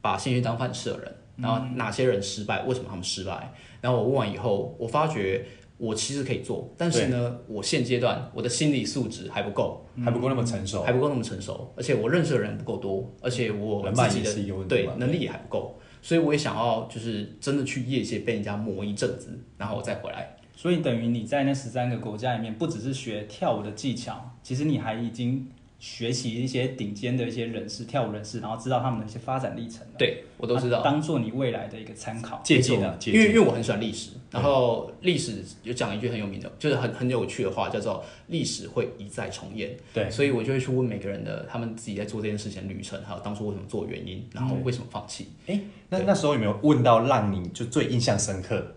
C: 把兴趣当饭吃的人，然后哪些人失败，为什么他们失败？然后我问完以后，我发觉我其实可以做，但是呢，我现阶段我的心理素质还不够，
B: 嗯还不够那么成熟
C: 还。不够那么成熟，而且我认识的人不够多，而且我
B: 人脉
C: 自己
B: 也是一个
C: 的
B: 问题
C: 对
B: 嘛
C: 能力也还不够，所以我也想要就是真的去业界被人家磨一阵子，然后我再回来。
A: 所以等于你在那十三个国家里面，不只是学跳舞的技巧，其实你还已经学习一些顶尖的一些人士、跳舞人士，然后知道他们的一些发展历程了。
C: 对我都知道
A: 啊。当做你未来的一个参考。
B: 借鉴啊，借
C: 因为因为
B: 鉴。
C: 我很喜欢历史，然后历史有讲一句很有名的，就是很很有趣的话，叫做“历史会一再重演”。
B: 对
C: 所以我就会去问每个人的他们自己在做这件事情的旅程，还有当初为什么做的原因，然后为什么放弃。
B: 哎，那那时候有没有问到让你就最印象深刻？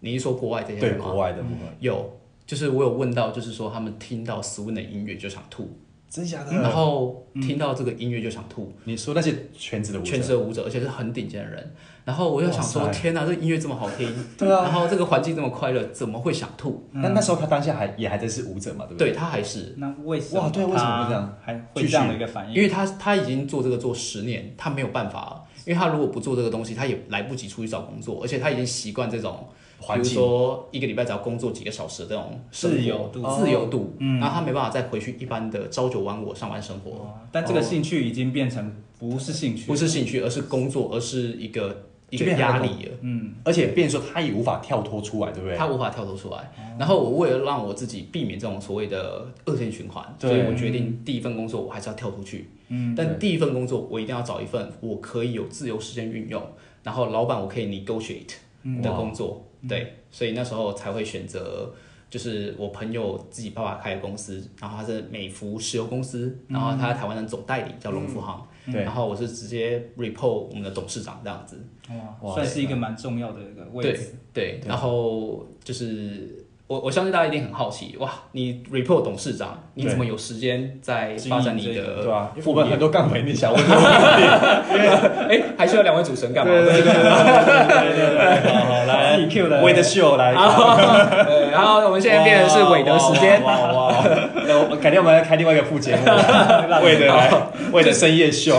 C: 你是说国外这些
B: 对啊嗯
C: 人吗
B: 国外的部分，
C: 有，就是我有问到，就是说他们听到 swing 的音乐就想吐，
B: 真假的？
C: 然后听到这个音乐就想吐，
B: 你说那些全职的舞
C: 全职
B: 者，
C: 的舞者，而且是很顶尖的人。然后我就想说，
B: 嗯哇塞
C: 天哪，这音乐这么好听，
B: 对啊
C: 然后这个环境这么快乐，怎么会想吐？
B: 那那时候他当下还也还在是舞者嘛，对不
C: 对？他还是
A: 那为什么？
B: 哇对为什么会这样？
A: 还
B: 继
A: 会
B: 续
A: 这样的一个反应？
C: 因为他他已经做这个做十年，他没有办法了，因为他如果不做这个东西，他也来不及出去找工作，而且他已经习惯这种，比
B: 环
C: 如
B: 境
C: 说一个礼拜只要工作几个小时的这种生活
A: 自由度
C: 自由度，嗯然后他没办法再回去一般的朝九晚五上班生活，
A: 哇但这个兴趣已经变成不是兴趣，
C: 不是兴趣，而是工作，而是一个一
B: 就
C: 个
B: 变成
C: 压
B: 他的
C: 力了。
A: 嗯，
B: 而且变成说他也无法跳脱出来，对不对？
C: 他无法跳脱出来。然后我为了让我自己避免这种所谓的恶性循环，
B: 对
C: 所以我决定第一份工作我还是要跳出去。嗯，但第一份工作我一定要找一份我可以有自由时间运用，然后老板我可以 negotiate
B: 嗯
C: 的工作。对，所以那时候才会选择。就是我朋友自己爸爸开的公司，然后他是美孚石油公司，然后他台湾的总代理叫龙福行，
B: 嗯对
C: 然后我是直接 report 我们的董事长这样子，
A: 哇，算是一个蛮重要的一个位置，
C: 对，然后就是我我相信大家一定很好奇，哇，你 report 董事长，你怎么有时间在发展你
A: 经营这
C: 的
B: 对啊吧？因为我
C: 副
B: 们
C: 业
B: 很？多杠粉，你想问这个问题，
C: 哎，还需要两位主持人干嘛？
B: 好好来，
A: 自己 Q 的
B: 韦德秀来。
C: 对然后我们现在变成是韦德时间，
B: 哇哇哇哇！哇那我改天我们来开另外一个副节目， 韦德来，韦德深夜秀。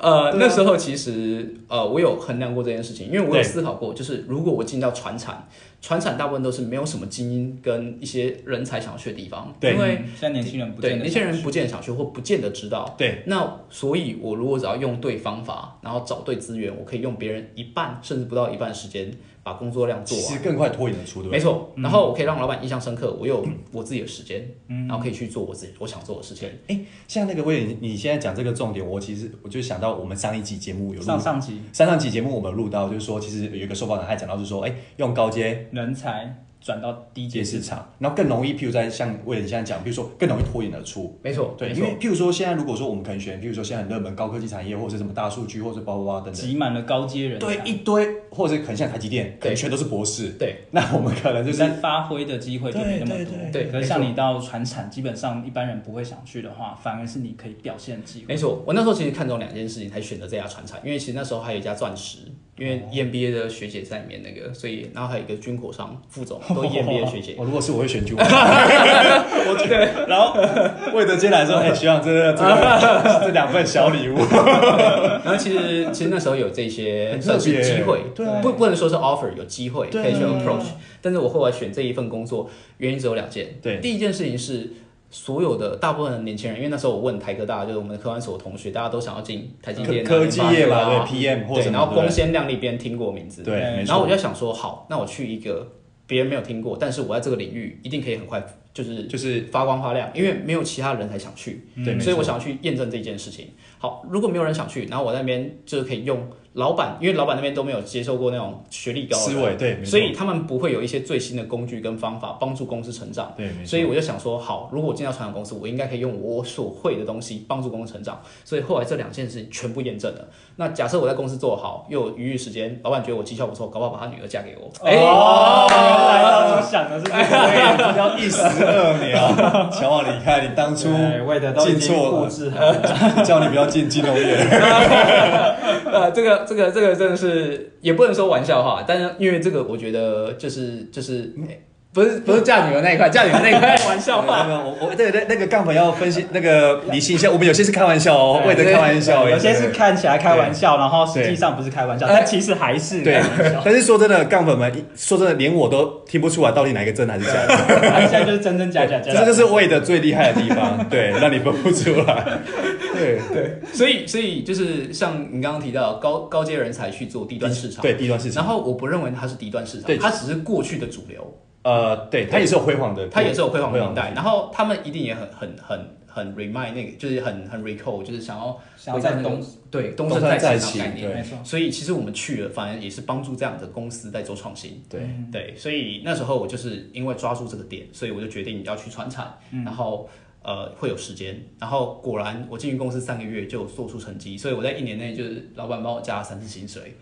C: 呃，那时候其实呃，我有衡量过这件事情，因为我
B: 对
C: 有思考过，就是如果我进到传产，传产大部分都是没有什么精英跟一些人才想去的地方，
B: 对
C: 因为
A: 嗯现在年轻人不
C: 对
A: 见得
C: 那些人不见得想去，或不见得知道。
B: 对，
C: 那所以，我如果只要用对方法，然后找对资源，我可以用别人一半甚至不到一半时间把工作量做
B: 其实
C: 完。
B: 更快脱颖而出，对不
C: 没
B: 对？
C: 错，然后我可以让老板印象深刻，我有我自己的时间，然后可以去做我自己我想做的事情。
B: 哎，像那个威廉，你现在讲这个重点，我其实我就想到我们上一集节目有录
A: 上上级
B: 上上集节目我们有录到，就是说其实有一个受访者他讲到，就是说，哎，用高阶
A: 人才转到低
B: 阶
A: 阶
B: 市
A: 市，
B: 场，然后更容易，譬如在像威廉现在讲，譬如说更容易脱颖而出。
C: 没错，
B: 对，
C: 没
B: 因
C: 错
B: 为譬如说现在如果说我们可能选，譬如说现在很热门高科技产业，或者是什么大数据，或者叭叭叭等等，
A: 挤满了高阶人才，
B: 对一堆，或者可能像台积电，可能
C: 对
B: 全都是博士。
C: 对，
B: 那我们可能就
A: 就是是发挥的机会就没那么多。
B: 对
C: 对对
A: 可是
C: 没
A: 像
C: 错
A: 你到船产，基本上一般人不会想去的话，反而是你可以表现的机会。
C: 没错。我那时候其实看中两件事情才选择这家船厂，因为其实那时候还有一家钻石，因为
B: 哦
C: E EMBA 的学姐在里面那个，所以然后还有一个军火商副总，都 E EMBA 的学姐。
B: 我如果是我会选军火，我觉得，然后魏德接来说，哎、学长，这个这个这两份小礼物，
C: 然后其实其实那时候有这些
B: 很特
C: 算
B: 别
C: 是机会，
B: 对啊
C: 不不能说是 offer 有机会
B: 对啊
C: 可以去
B: 对啊
C: approach，但是我后来选这一份工作原因只有两件，
B: 对
C: 第一件事情是。所有的大部分的年轻人，因为那时候我问台科大，就是我们的科管所同学，大家都想要进台积电、啊、
B: 科科技业嘛
C: 联发科啊
B: 对 PM 或什
C: 对，
B: 么
C: 然后
B: 对不对
C: 光鲜亮丽，别人听过我名字，
B: 对，没
C: 然
B: 错
C: 后我就在想说，好，那我去一个别人没有听过，但是我在这个领域一定可以很快，就是
B: 就是
C: 发光发亮，因为没有其他人才想去，
B: 对没
C: 所以我
B: 错
C: 想要去验证这件事情。好，如果没有人想去，然后我在那边就是可以用老板，因为老板那边都没有接受过那种学历高的
B: 思
C: 人
B: 维，对，没错
C: 所以他们不会有一些最新的工具跟方法帮助公司成长。
B: 对，没错
C: 所以我就想说，好，如果我进到传统公司，我应该可以用我所会的东西帮助公司成长。所以后来这两件事情全部验证了。那假设我在公司做好，又有余裕时间，老板觉得我绩效不错，搞不好把他女儿嫁给我。哎、
A: 哦，原来当初想的是这
B: 我
A: 个。
B: 也不知道一石二鸟，想要离开你当初
A: 对为哎的都已
B: 进
A: 经
B: 错
A: 布
B: 了，
A: 置好了，
B: 叫你不要进金融业，
C: 呃，这个这个这个真的是也不能说玩笑话，但是因为这个，我觉得就是就是。哎不是不是嫁女儿那一块，嫁女儿那一块玩笑话，
B: 没有我我对对那个杠粉要分析那个理性一下，我们有些是开玩笑哦，为的开玩笑而已，
A: 有些是
B: 对
A: 看起来开玩笑，然后实
B: 对
A: 际上不是开玩笑，但其实还是
B: 对
A: 开玩笑。，
B: 但是说真的，杠粉们说真的，连我都听不出来到底哪一个真的还是假 的。
A: 现在就是真真假假，假假
B: 这就是魏的最厉害的地 方，对，让你分不出来。对对，
C: 所以所以就是像你刚刚提到高高阶人才去做低端市场，
B: 对低端市场
C: 然后我不认为它是低端市场
B: 对，
C: 它只是过去的主流，
B: 呃，对，它也是有辉煌的，
C: 它也是有辉煌的年代，然后他们一定也很很很很 remind 那个，就是很很 recall，就是想要
A: 想要
C: 回到
A: 再
C: 那个
A: 东
C: 对东
B: 东
C: 山
B: 山再
C: 再
B: 起
C: 起的概
B: 对
A: 没
C: 念
A: 错。
C: 所以其实我们去了，反而也是帮助这样的公司在做创新。
B: 对，
C: 对，所以那时候我就是因为抓住这个点，所以我就决定要去传产，
A: 嗯
C: 然后呃会有时间，然后果然我进去公司三个月就做出成绩，所以我在一年内就是老板帮我加了三次薪水，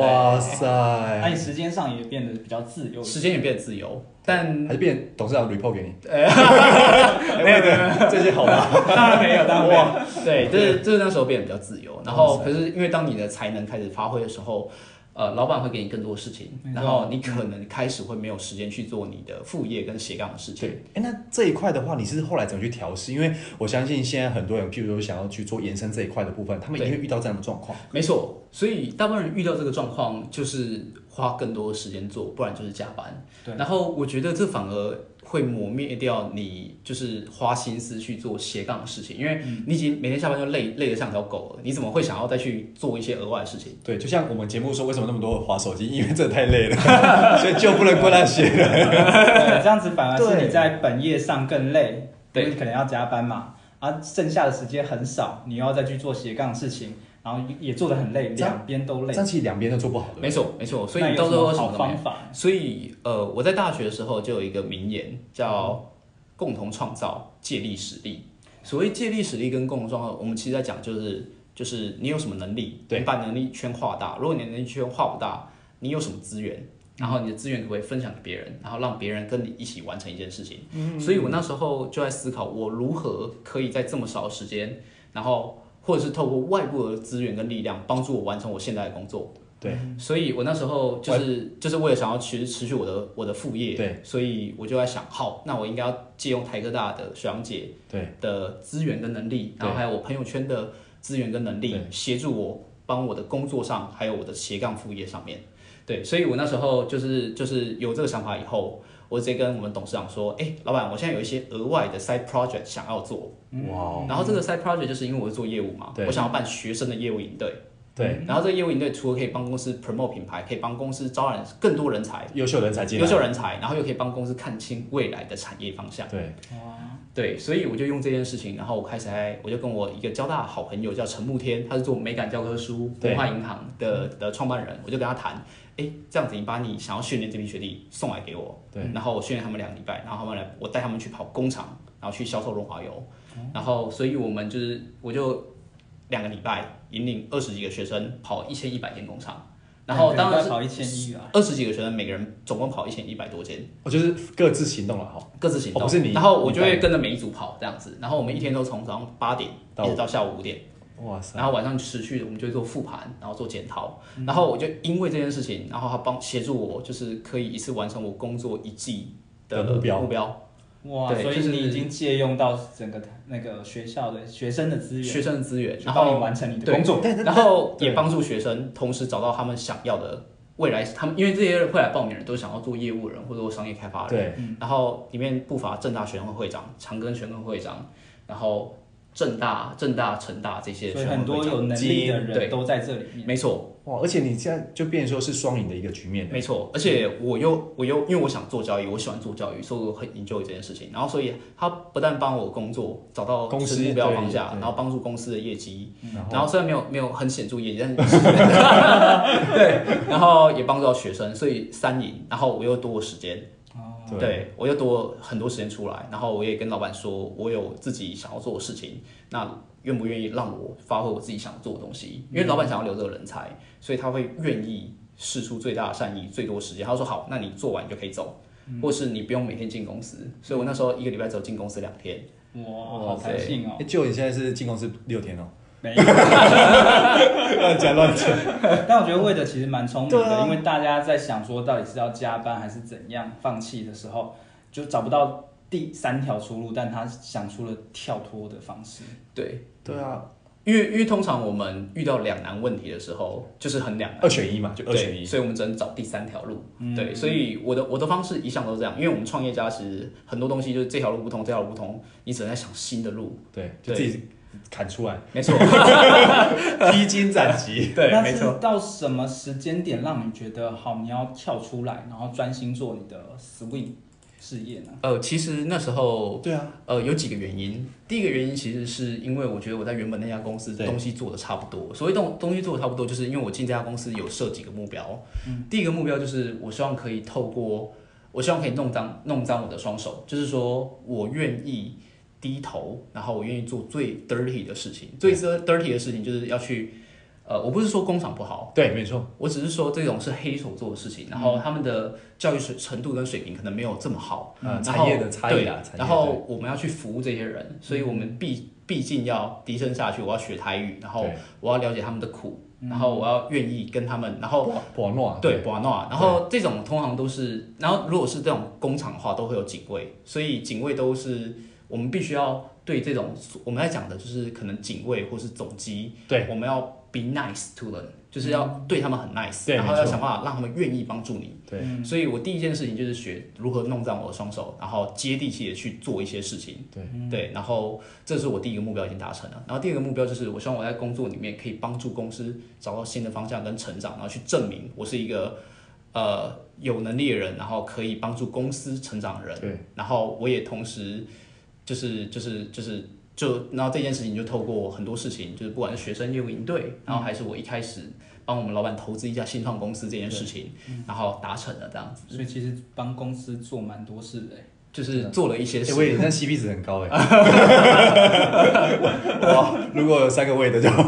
A: 哇，
B: 哇
A: 那
B: 塞，
C: 哎
A: 你时间上也变得比较自由一点，
C: 时间也变得自由，但
B: 还是变董事长 report 给你。 哎，魏的这些好吧？
C: 当然没有， 当然没有。对，就是就是那时候变得比较自由，然后可是因为当你的才能开始发挥的时候，呃，老板会给你更多事情
A: 没，错嗯
C: 然后你可能开始会没有时间去做你的副业跟斜杠的事情。
B: 对，哎，那这一块的话，你是后来怎么去调试？因为我相信现在很多人，譬如说想要去做延伸这一块的部分，他们一定会遇到这样的状况。
C: 没错，所以大部分人遇到这个状况，就是花更多的时间做，不然就是加班。
A: 对
C: 然后我觉得这反而会磨灭掉你，就是花心思去做斜杠的事情，因为你已经每天下班就累累得像条狗了，你怎么会想要再去做一些额外的事情？
B: 对，就像我们节目说，为什么那么多人划手机？因为这太累了， 所以就不能过那些 了。
A: 对，这样子反而是
B: 对
A: 你在本业上更累，
C: 对
A: 因为你可能要加班嘛，啊，剩下的时间很少，你又要再去做斜杠事情，然后也做得很累，
B: 这样
A: 两边都累
B: 这，样其实两边都做不好的。
C: 没错，没错，所以
A: 那
C: 你
A: 有
C: 到最后
A: 什
C: 什
A: 么好
C: 么都没
A: 方
C: 有。
A: 法？
C: 所以呃，我在大学的时候就有一个名言叫“共同创造，借力使力”。所谓借力使力跟共同创造，我们其实在讲就是就是你有什么能力，
B: 对
C: 你把能力圈画大。如果你的能力圈画不大，你有什么资源？然后你的资源可不可以分享给别人，然后让别人跟你一起完成一件事情？
A: 嗯
C: 所以我那时候就在思考，我如何可以在这么少的时间，然后或者是透过外部的资源跟力量，帮助我完成我现在的工作。
B: 对，
C: 所以我那时候就是就是为了想要持持续我的我的副业，
B: 对，
C: 所以我就在想，好，那我应该要借用台科大的学长姐
B: 对，
C: 的资源跟能力，
B: 对
C: 然后还有我朋友圈的资源跟能力
B: 对，
C: 协助我帮我的工作上，还有我的斜杠副业上面。对，所以我那时候就是就是有这个想法以后，我直接跟我们董事长说，哎，老板，我现在有一些额外的 side project 想要做，
B: 哇哦，
C: 然后这个 side project 就是因为我是做业务嘛，
B: 对
C: 我想要办学生的业务营队。
B: 对，
C: 然后这个业务营队除了可以帮公司 promote 品牌，可以帮公司招揽更多人才、
B: 优秀人才进来，
C: 优秀人才，然后又可以帮公司看清未来的产业方向。
B: 对，
C: 对，所以我就用这件事情，然后我开始还我就跟我一个交大好朋友叫陈慕天，他是做美感教科书
B: 对
C: 文化银行的的创办人，我就跟他谈，哎，这样子你把你想要训练这批学弟送来给我，
B: 对，
C: 然后我训练他们两个礼拜，然后他们来我带他们去跑工厂，然后去销售润滑油，
A: 哦
C: 然后所以我们就是我就两个礼拜引领二十几个学生跑一千一百间工厂，然后哦当
A: 两
C: 然是
A: 个人快跑一千一啊，
C: 二十几个学生，每个人总共跑一千一百多间。
B: 我哦就是各自行动了哈。
C: 各自行动，
B: 哦不是你
C: 然后我就
B: 你
C: 会
B: 带
C: 跟着每一组跑这样子，然后我们一天都从早上八点
B: 到
C: 一直到下午五点，
B: 哇塞，
C: 然后晚上持续我们就会做复盘，然后做检讨，然后我就因为这件事情，然后他帮协助我，就是可以一次完成我工作一季
B: 的目标
C: 目标，
A: 哇，
C: 对
A: 所以
C: 就是
A: 你已经借用到整个那个学校的学生的资源，
C: 学生的资源，
A: 去
C: 然
A: 帮你
C: 后
A: 完成你的
C: 对
A: 工作。
B: 但
C: 然后
B: 对
C: 也帮助学生同时找到他们想要的未来，他们因为这些人会来报名的人都想要做业务人或者做商业开发人，
B: 对，
A: 嗯
C: 然后里面不乏正大学生会会长、长庚学生会会长，然后正大、正大、成大这些学
A: 所以
C: 生
A: 很
C: 会
A: 多
C: 会长。
A: 有能力的
C: 对
A: 人都在这里面。
C: 没错，
B: 哇，而且你现在就变成说是双赢的一个局面了。
C: 没错，而且我又我又因为我想做教育，我喜欢做教育，所以我很 enjoy 这件事情。然后所以他不但帮我工作找到
B: 公司
C: 目标方向，
B: 对对嗯
C: 然后帮助公司的业绩，
B: 然后
C: 然后虽然没有没有很显著业绩，但是 对，然后也帮助到学生，所以三赢。然后我又多了时间，
B: 对
C: 对我又多很多时间出来，然后我也跟老板说，我有自己想要做的事情，那愿不愿意让我发挥我自己想做的东西？因为老板想要留这个人才，所以他会愿意试出最大的善意，最多时间。他说好，那你做完你就可以走，或是你不用每天进公司。所以我那时候一个礼拜只有进公司两天，
A: 哇，好弹性哦
B: 哎，！就你现在是进公司六天哦，
A: 没有，
B: 乱讲乱讲。
A: 但我觉得魏德其实蛮聪明
B: 对
A: 的，
B: 啊
A: 因为大家在想说到底是要加班还是怎样放弃的时候，就找不到第三条出路，但他想出了跳脱的方式。
C: 对。
B: 对啊，
C: 因为因为通常我们遇到两难问题的时候，就是很两难，
B: 二选一嘛，就二选
C: 对
B: 一。
C: 所以我们只能找第三条路。对，所以我的我的方式一向都是这样，因为我们创业家其实很多东西就是这条路不通，这条路不通，你只能在想新的路。
B: 对，就自己砍出来，
C: 没错，
B: 披荆斩棘。
C: 对，
A: 那
C: 没
A: 是
C: 错。
A: 到什么时间点让你觉得好，你要跳出来，然后专心做你的 swing 事业呢？
C: 呃，其实那时候
B: 对啊，
C: 呃有几个原因，第一个原因其实是因为我觉得我在原本那家公司
B: 对
C: 东西做的差不多，所谓东东西做的差不多，就是因为我进这家公司有设几个目标，第一个目标就是我希望可以透过，我希望可以弄脏弄脏我的双手，就是说我愿意低头，然后我愿意做最 dirty 的事情，最 dirty 的事情就是要去，呃，我不是说工厂不好，
B: 对，没错，
C: 我只是说这种是黑手做的事情，然后他们的教育水程度跟水平可能没有这么好，
B: 嗯
C: 然后
B: 产业的差异啦
C: 对
B: 产业嗯
C: 然后我们要去服务这些人，所以我们必必竟要低声下去，我要学台语，然后
B: 对嗯
C: 我要了解他们的苦，然后我要愿意跟他们，然后
B: 博诺
C: 对，瓦诺，然后这种通常都是，然后如果是这种工厂的话，都会有警卫，所以警卫都是我们必须要对这种我们在讲的就是可能警卫或是总机，
D: 对嗯
C: 我们要 be nice to them，就是要对他们很 nice，、
D: 对
C: 然后
D: 没
C: 要
D: 错
C: 想办法让他们愿意帮助你。
D: 对
C: 所以我第一件事情就是学如何弄脏我的双手，然后接地气的去做一些事情。
D: 对
C: 对，然后这是我第一个目标已经达成了。然后第二个目标就是，我希望我在工作里面可以帮助公司找到新的方向跟成长，然后去证明我是一个呃有能力的人，然后可以帮助公司成长的人。
B: 嗯
D: 对，
C: 然后我也同时就是就是就是就，然后这件事情就透过很多事情，就是不管是学生业务营队，然后还是我一开始帮我们老板投资一家新创公司这件事情，
B: 嗯
C: 然后达成了这样子，
A: 所以其实帮公司做蛮多事的欸。
C: 就是做了一些
B: 哎、
C: 事。
B: 喂，你这样 CP 值很高 哎、哇，如果有三个位 的就好，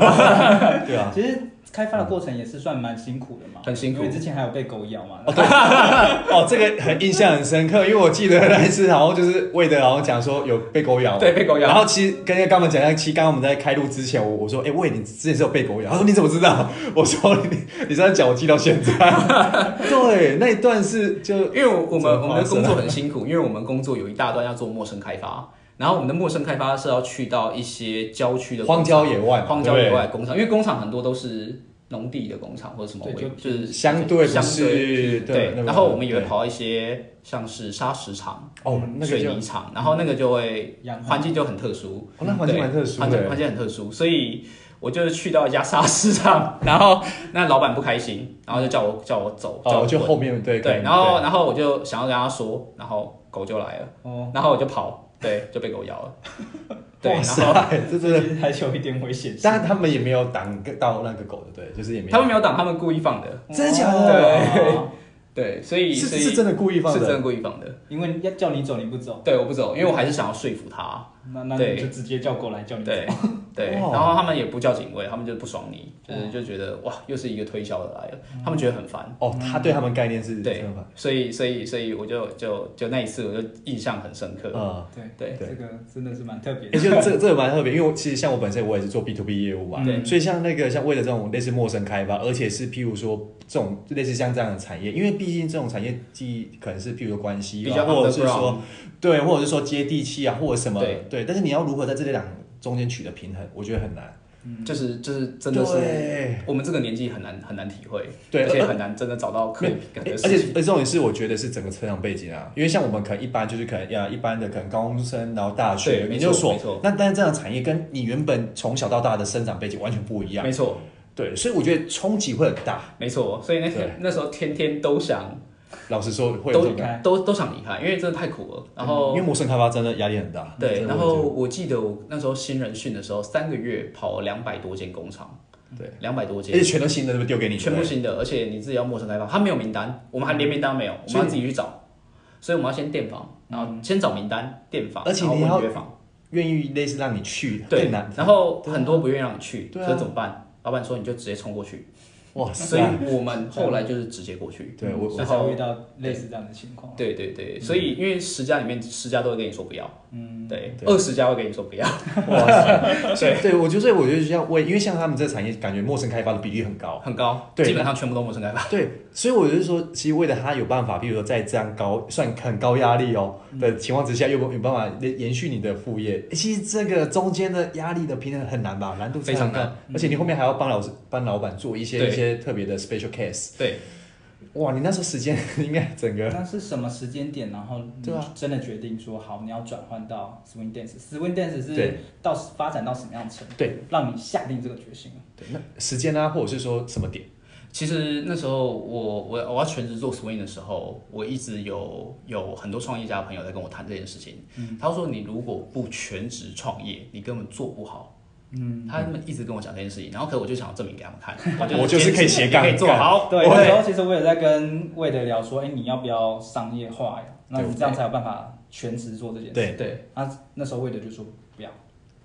B: 对啊，
A: 其实开发的过程也是算蛮辛苦的嘛，
C: 很辛苦
A: 因为之前还有被狗咬嘛。
B: 哦，这个很印象很深刻，因为我记得那一次，然后就是魏德，然后讲说有被狗咬，
C: 对被狗咬
B: 然后其实跟跟他们讲一下，其实刚刚我们在开录之前，我我说，哎、魏，你之前是有被狗咬，他说你怎么知道？我说你你这样讲，我记到现 在。对，那一段是就
C: 因为我我们
B: 怎么
C: 我们的
B: 发生
C: 工作
B: 啊
C: 很辛苦，因为我们工作有一大段要做陌生开发，然后我们的陌生开发是要去到一些郊区的工
B: 荒郊野外嘛，
C: 荒郊野外
B: 对
C: 工厂，因为工厂很多都是农地的工厂或者什么
A: 对，
C: 我
A: 就
C: 就是
B: 不对，相对不
C: 相对
B: 是
C: 对
B: 那么，
C: 然后我们也会
B: 对
C: 跑到一些像是砂石场、
B: 哦，那个
C: 水
B: 就
C: 泥场，然后那个就会
A: 养
C: 环境就很特殊，
B: 哦那环境
C: 对
B: 蛮特殊的
C: 环境环境很特殊，所以我就去到一家砂石场， 然后那老板不开心，然后就叫我叫我走，叫我
B: 哦，就
C: 滚
B: 后面对可
C: 对，
B: 能
C: 然后然后我就想要跟他说，然后狗就来了，
A: 哦，
C: 然后我就跑，对，就被狗咬 了，
B: 对
C: 对，
B: 哇
C: 然
B: 塞
C: 后，
B: 啊 这真
A: 其
B: 的，
A: 实还是有一点危险性。
B: 但他们也没有挡到那个狗的，对，就是也没有
C: 他们没有挡，他们故意放的，
B: 真的假的
A: 哦
C: 对，所以
B: 是
C: 所以
B: 是真的故意放
C: 是真的
B: 的，
C: 故意放的，
A: 因为要叫你走你不走，
C: 对，我不走，因为我还是想要说服他，
A: 那那
C: 对
A: 你就直接叫狗来叫你走。
C: 对对，
B: 哦哇
C: 然后他们也不叫警卫，他们就不爽你，就是
A: 哇
C: 就觉得哇，又是一个推销的来了，他们觉得很烦。
B: 哦，他对他们概念是
C: 嗯对
B: 这样吧？，
C: 所以所以所以我就就就那一次我就印象很深刻。
B: 嗯。
A: 对
C: 对
B: 对
A: 这个真的是蛮特别
B: 也
A: 的。
B: 就这这个蛮特别，因为我其实像我本身我也是做 B to B 业务嘛，
A: 对
B: 所以像那个像为了这种类似陌生开发，而且是譬如说这种类似像这样的产业，因为毕竟这种产业既可能是譬如说关系
C: 比
B: 啊，
C: 较
B: 或者是
C: underground
B: 说对，或者是说接地气啊，或者什么
C: 对
B: 对，但是你要如何在这两中间取得平衡，我觉得很难。
C: 就是就是真的
B: 嗯对
C: 是我们这个年纪很难很难体会，
B: 对
C: 而且
B: 而
C: 很难真的找到可
B: 没
C: 以
B: 有
C: 感
B: 欸而
C: 觉
B: 且
C: 的事情。
B: 而且重点是，我觉得是整个成长背景啊，因为像我们可能一般就是可能呀，一般的可能高中生，然后大
C: 对
B: 学、
C: 没
B: 研
C: 错
B: 究所
C: 没错，
B: 那但是这样的产业跟你原本从小到大的生长背景完全不一样
C: 没，错，
B: 对，所以我觉得冲击会很大。
C: 没错，所以那
B: 对
C: 天那时候天天都想
B: 老实说，会有
C: 都
B: 这种感嗯
A: 感
C: 都都想离开，因为真的太苦了。然
B: 觉，因
C: 后
B: 为陌生开发真的压力很大。
C: 对，
B: 真的
C: 然
B: 会
C: 后
B: 这样
C: 我记得我那时候新人训的时候，三个月跑了两百多间工厂，
B: 对，
C: 两百多
B: 而且
C: 间。
B: 全都新的，都丢给你，
C: 全
B: 对
C: 部
B: 不对嗯
C: 新的，而且你自己要陌生开发，他没有名单，我们还连名单没有，我
B: 所以
C: 们要自己去找，所以我们要先电访，然后先找名单，电访，
B: 嗯而且
C: 然后
B: 你要
C: 问约访，
B: 愿意类似让你去，
C: 对
B: 更难。，
C: 然后很多不愿意让你去，
B: 对啊
C: 所以怎么办？老板说你就直接冲过去，
B: 哇
C: 所以
B: 塞，
C: 我们后来就是直接过去。
B: 对我
A: 所以
C: 然
A: 才
C: 后
A: 会遇到类似这样的情况。
C: 对对
B: 嗯
C: 对，所以因为十家里面十家都会跟你说不要，
A: 嗯，
C: 对，
B: 对
C: 二十家会跟你说不要，
B: 哇塞，
C: 对，
B: 对我就是我觉得要为，因为像他们这个产业，感觉陌生开发的比例很高。
C: 很高，
B: 对
C: 基本上全部都陌生开发。
B: 对，所以我就是说，其实为了他有办法，比如说在这样高算很高压力哦
C: 嗯
B: 的情况之下，有没有有办法延续你的副业？诶其实这个中间的压力的平衡很难吧，难度
C: 非常
B: 真的很
C: 难
B: 高，而且你后面还要帮老师帮老板做一些
C: 对
B: 一些特别的 special case。
C: 对，
B: 哇，你那时候时间应该整 个
A: 那是什么时间点？然后你
B: 对啊
A: 真的决定说好，你要转换到 swing dance，swing dance 是
B: 对
A: 到发展到什么样的程度？
B: 对，
A: 让你下定这个决心。
B: 对那时间啊，或者是说什么点？
C: 其实那时候我我我要全职做 swing 的时候，我一直有有很多创业家朋友在跟我谈这件事情，
B: 嗯
C: 他说你如果不全职创业，你根本做不好。嗯，他们一直跟我讲这件事情，然后可我就想要证明给他们看，
B: 我就是可以斜杠
C: 可以做好，
A: 对，
C: 哦我
A: 那
C: 会
A: 时候其实我也在跟魏德聊说，哎、你要不要商业化呀？那你这样才有办法全职做这件事。
B: 对
C: 对
A: 啊，那时候魏德就说不要，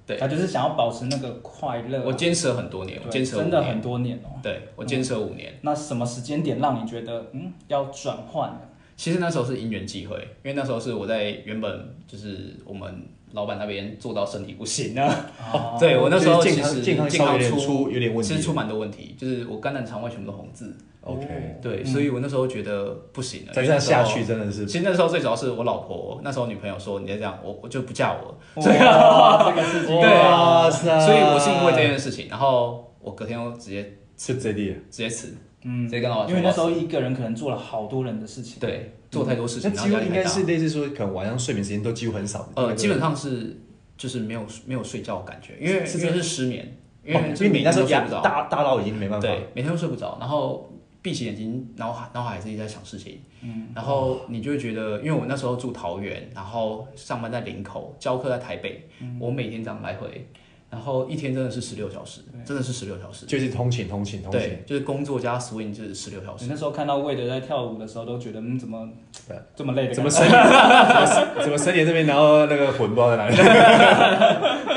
C: 对
A: 他就是想要保持那个快乐啊。
C: 我坚持了很多年，我
A: 对
C: 坚持了五
A: 真
C: 年，
A: 的很多年哦、
C: 对我坚持了五年。
A: 那什么时间点让你觉得嗯要转 换了？
C: 其实那时候是因缘际会，因为那时候是我在原本就是我们老板那边做到身体不行了。
A: 哦
C: 对我那时候
B: 就是
C: 其
B: 健康
C: 实
B: 健康稍微有点出有点问题
C: 其实出蛮多问题，就是我肝胆肠胃全部都红字。
B: OK，
C: 对，所以我那时候觉得不行了，
B: 再
C: 因
B: 这样
C: 为那
B: 嗯
C: 时候
B: 下去真的是
C: 其实那时候最主要是我老婆，那时候女朋友说你再这样，我我就不嫁我了。
B: 啊
A: 哇，这个刺 激，
C: 对啊
B: 哇塞
C: 所以我是因为这件事情，然后我隔天我直接
B: 就这地了。
C: 直接辞，
A: 嗯
C: 直，接跟老板
A: 因
C: 说
A: 为那时候一个人可能做了好多人的事情，，
C: 对做太多事
B: 那
C: 情，然
B: 几
C: 后
B: 乎
C: 压力
B: 应
C: 太
B: 该
C: 大。
B: 是类似说，可能晚上睡眠时间都几乎很少。
C: 呃，基本上是就是没有没有睡觉的感觉，因为
B: 是
C: 因为是失眠，
B: 因
C: 因
B: 为
C: 为
B: 哦所以
C: 每
B: 你那
C: 天
B: 时候
C: 都睡
B: 压
C: 不着，
B: 大大到已经没办法。
C: 对，每天都睡不着，然后闭起眼睛，脑海脑海还是一直在想事情，嗯，然后你就会觉得，因为我那时候住桃园，然后上班在林口，教课在台北，
B: 嗯
C: 我每天这样来回，然后一天真的是十六小时，真的是十六小时，
B: 就是通勤通勤通勤。
C: 对，就是工作加 swing 就是十六小
A: 你
C: 时，
A: 那时候看到魏德在跳舞的时候，都觉得嗯，怎么
B: 对
A: 这么累的感觉？
B: 怎么身怎么怎么身体这边，然后那个魂不知道在哪里。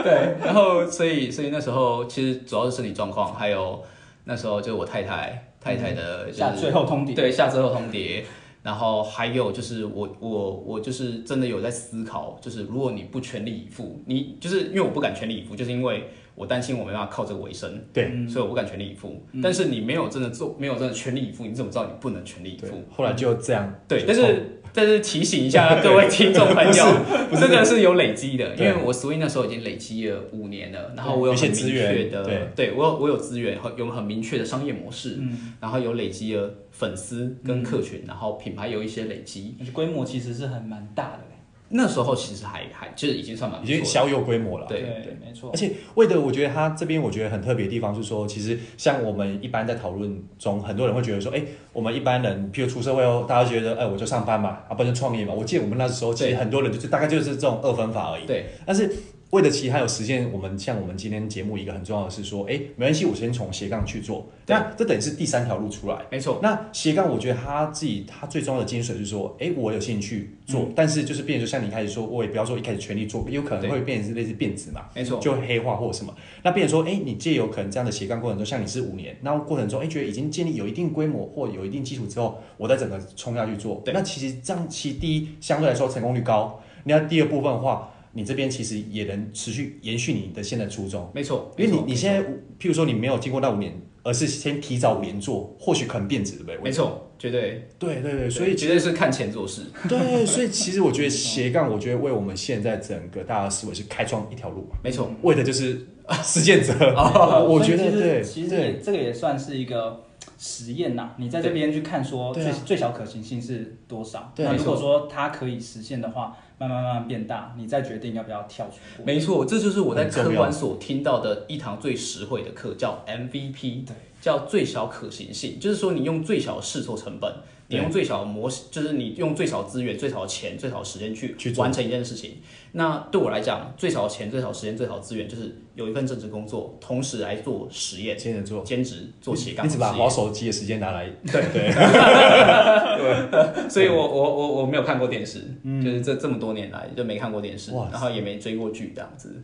C: 对，然后所以所以那时候其实主要是身体状况，还有那时候就是我太太太太
B: 嗯
C: 的、就 是
A: 下最后通牒？
C: 对，下最后通牒。然后还有就是我我我就是真的有在思考，就是如果你不全力以赴，你就是因为我不敢全力以赴，就是因为我担心我没办法靠这个为生，
B: 对，嗯
C: 所以我不敢全力以赴。但是你没有真的做，没有真的全力以赴，你怎么知道你不能全力以
B: 对
C: 赴？，
B: 后来就哦这样。
C: 对，但是但是提醒一下各位听众朋 友， 这个是有累积的，因
B: 对
C: 为我 swing 那时候已经累积了五年了，然后我有
B: 一些
C: 很明
B: 资源
C: 确的，
B: 对
C: 我有我有资源，很有很明确的商业模式，
A: 嗯
C: 然后有累积了粉丝跟客群，然后品牌有一些累积。
A: 规模其实是很蛮大的嘞。
C: 那时候其实还还就是已经算蛮
B: 已
C: 不
B: 经
C: 错
B: 小有规模了。
C: 对
A: 没错
B: 而。且魏德，我觉得他这边我觉得很特别的地方是说，其实像我们一般在讨论中，很多人会觉得说，哎、我们一般人，譬如出社会后，大家觉得，哎、我就上班嘛，啊，不然就创业嘛。我记得我们那时候其实
C: 对
B: 很多人就是大概就是这种二分法而已
C: 的，。对
B: 但是为了其他有实现我们像我们今天节目一个很重要的是说，哎、没关系，我先从斜杠去做，
C: 对
B: 那这等于是第三条路出来。
C: 没错，
B: 那斜杠，我觉得他自己他最重要的精髓是说，哎、我有兴趣做，
C: 嗯
B: 但是就是变成就像你一开始说，我也不要说一开始全力做，有可能
C: 对
B: 会变成是类似变质嘛，
C: 没错
B: 就黑化或什么。那变成说，哎、你借由可能这样的斜杠过程中，像你是五年，那过程中，哎、觉得已经建立有一定规模或有一定基础之后，我再整个冲下去做。
C: 对
B: 那其实这样，其实第一相对来说成功率高，那第二部分的话，你这边其实也能持续延续你的现在初衷。
C: 没错，
B: 因为
C: 没
B: 你
C: 错
B: 你现在，譬如说你没有经过那五年，而是先提早五年做，或许可能变质，对不对？
C: 没错，绝哎对，
B: 对对对，所以
C: 绝对是看钱做事，
B: 对，所以其实我觉得斜杠，我觉得为我们现在整个大家的思维是开创一条路嘛，
C: 没错，
B: 为的就是 实践者。 我我觉得
A: 哦
B: 对
A: 所以其实其实
B: 对
A: 也这个也算是一个实验呐。你在这边去看说
B: 对
A: 最
B: 啊
A: 最小可行性是多少？
B: 对
A: 那
B: 没
A: 如果说它可以实现的话，慢慢慢慢变大，你再决定要不要跳出过。
C: 没错，这就是我在
B: 很重要
C: 科管所听到的一堂最实惠的课，叫 MVP，
A: 对
C: 叫最小可行性，就是说你用最小的试错成本，你
B: 对
C: 用最小的模式，就是你用最少资源、最少钱、最少时间去
B: 去做
C: 完成一件事情。那对我来讲，最少钱、最少时间、最少资源，就是有一份正职工作，同时来做实验、
B: 兼着做，
C: 兼职做斜杠
B: 你
C: 的
B: 只
C: 实
B: 把划
C: 验。
B: 手机的时间拿来，对对，
C: 所以我我我我没有看过电视，就是这这么多年来就没看过电视
B: 嗯哇，
C: 然后也没追过剧这样子。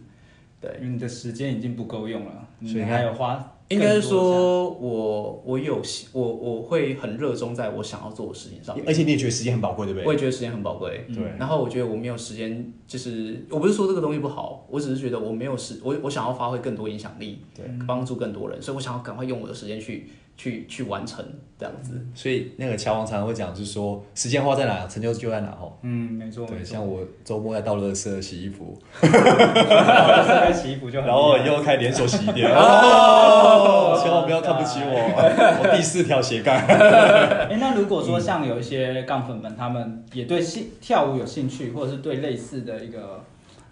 C: 对，
A: 因为你的时间已经不够用了，
B: 所
A: 你
B: 以你看
A: 还有花更
C: 应
A: 多的时
C: 该
A: 间。
C: 说我我有喜我我会很热衷在我想要做的事情上面，
B: 而且你也觉得时间很宝贵，对不
C: 我
B: 对？
C: 也觉得时间很宝贵。
B: 对
C: 然后我觉得我没有时间，就是我不是说这个东西不好，我只是觉得我没有时，我我想要发挥更多影响力，对，帮助更多人，所以我想要赶快用我的时间去去去完成这样子。
B: 所以那个乔王常常会讲，就是说时间花在哪，成就就在哪哦。
A: 嗯，没错，
B: 对，
A: 没错。
B: 像我周末在倒垃圾、洗衣服，
A: 开洗衣 服就很
B: 然后
A: 厉害
B: 又开连锁洗衣 店。哦，千万不要看不起
C: 啊
B: 我，我第四条斜杠。
A: 哎，那如果说像有一些杠粉们，他们也对兴跳舞有兴趣，或者是对类似的一个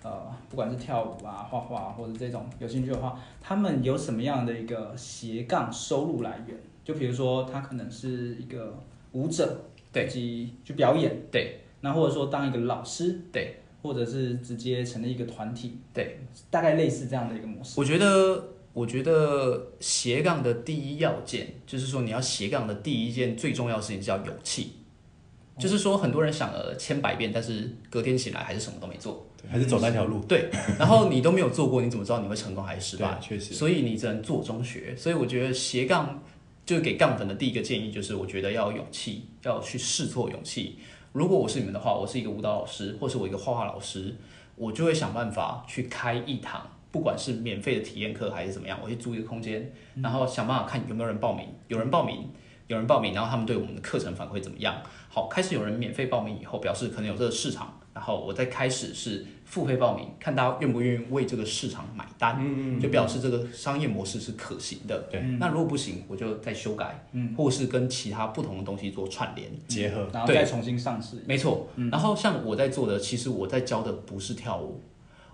A: 呃，不管是跳舞啊、画画、啊、或者这种有兴趣的话，他们有什么样的一个斜杠收入来源？就比如说他可能是一个舞者，
C: 对
A: 及去表演，
C: 对
A: 那或者说当一个老师，
C: 对
A: 或者是直接成立一个团体，
C: 对，
A: 大概类似这样的一个模式。
C: 我觉得我觉得斜杠的第一要件就是说你要斜杠的第一件最重要的事情叫勇气。就是说，很多人想了千百遍，但是隔天醒来还是什么都没做。
B: 还是走那条路。
C: 对，然后你都没有做过，你怎么知道你会成功还是失败？
B: 对确实
C: 所以你只能做中学。所以我觉得斜杠就是给杠粉的第一个建议，就是我觉得要有勇气，要去试错勇气。如果我是你们的话，我是一个舞蹈老师，或是我一个画画老师，我就会想办法去开一堂，不管是免费的体验课还是怎么样，我去租一个空间，然后想办法看有没有人报名，有人报名。有人报名，然后他们对我们的课程反馈怎么样？好，开始有人免费报名以后，表示可能有这个市场，然后我再开始是付费报名，看大家愿不愿意为这个市场买单，就表示这个商业模式是可行的。嗯对，那如果不行，我就再修改，嗯，或是跟其他不同的东西做串联。
B: 结合
A: 然后
C: 对
A: 再重新上市。
C: 没错，
B: 嗯
C: 然后像我在做的，其实我在教的不是跳舞，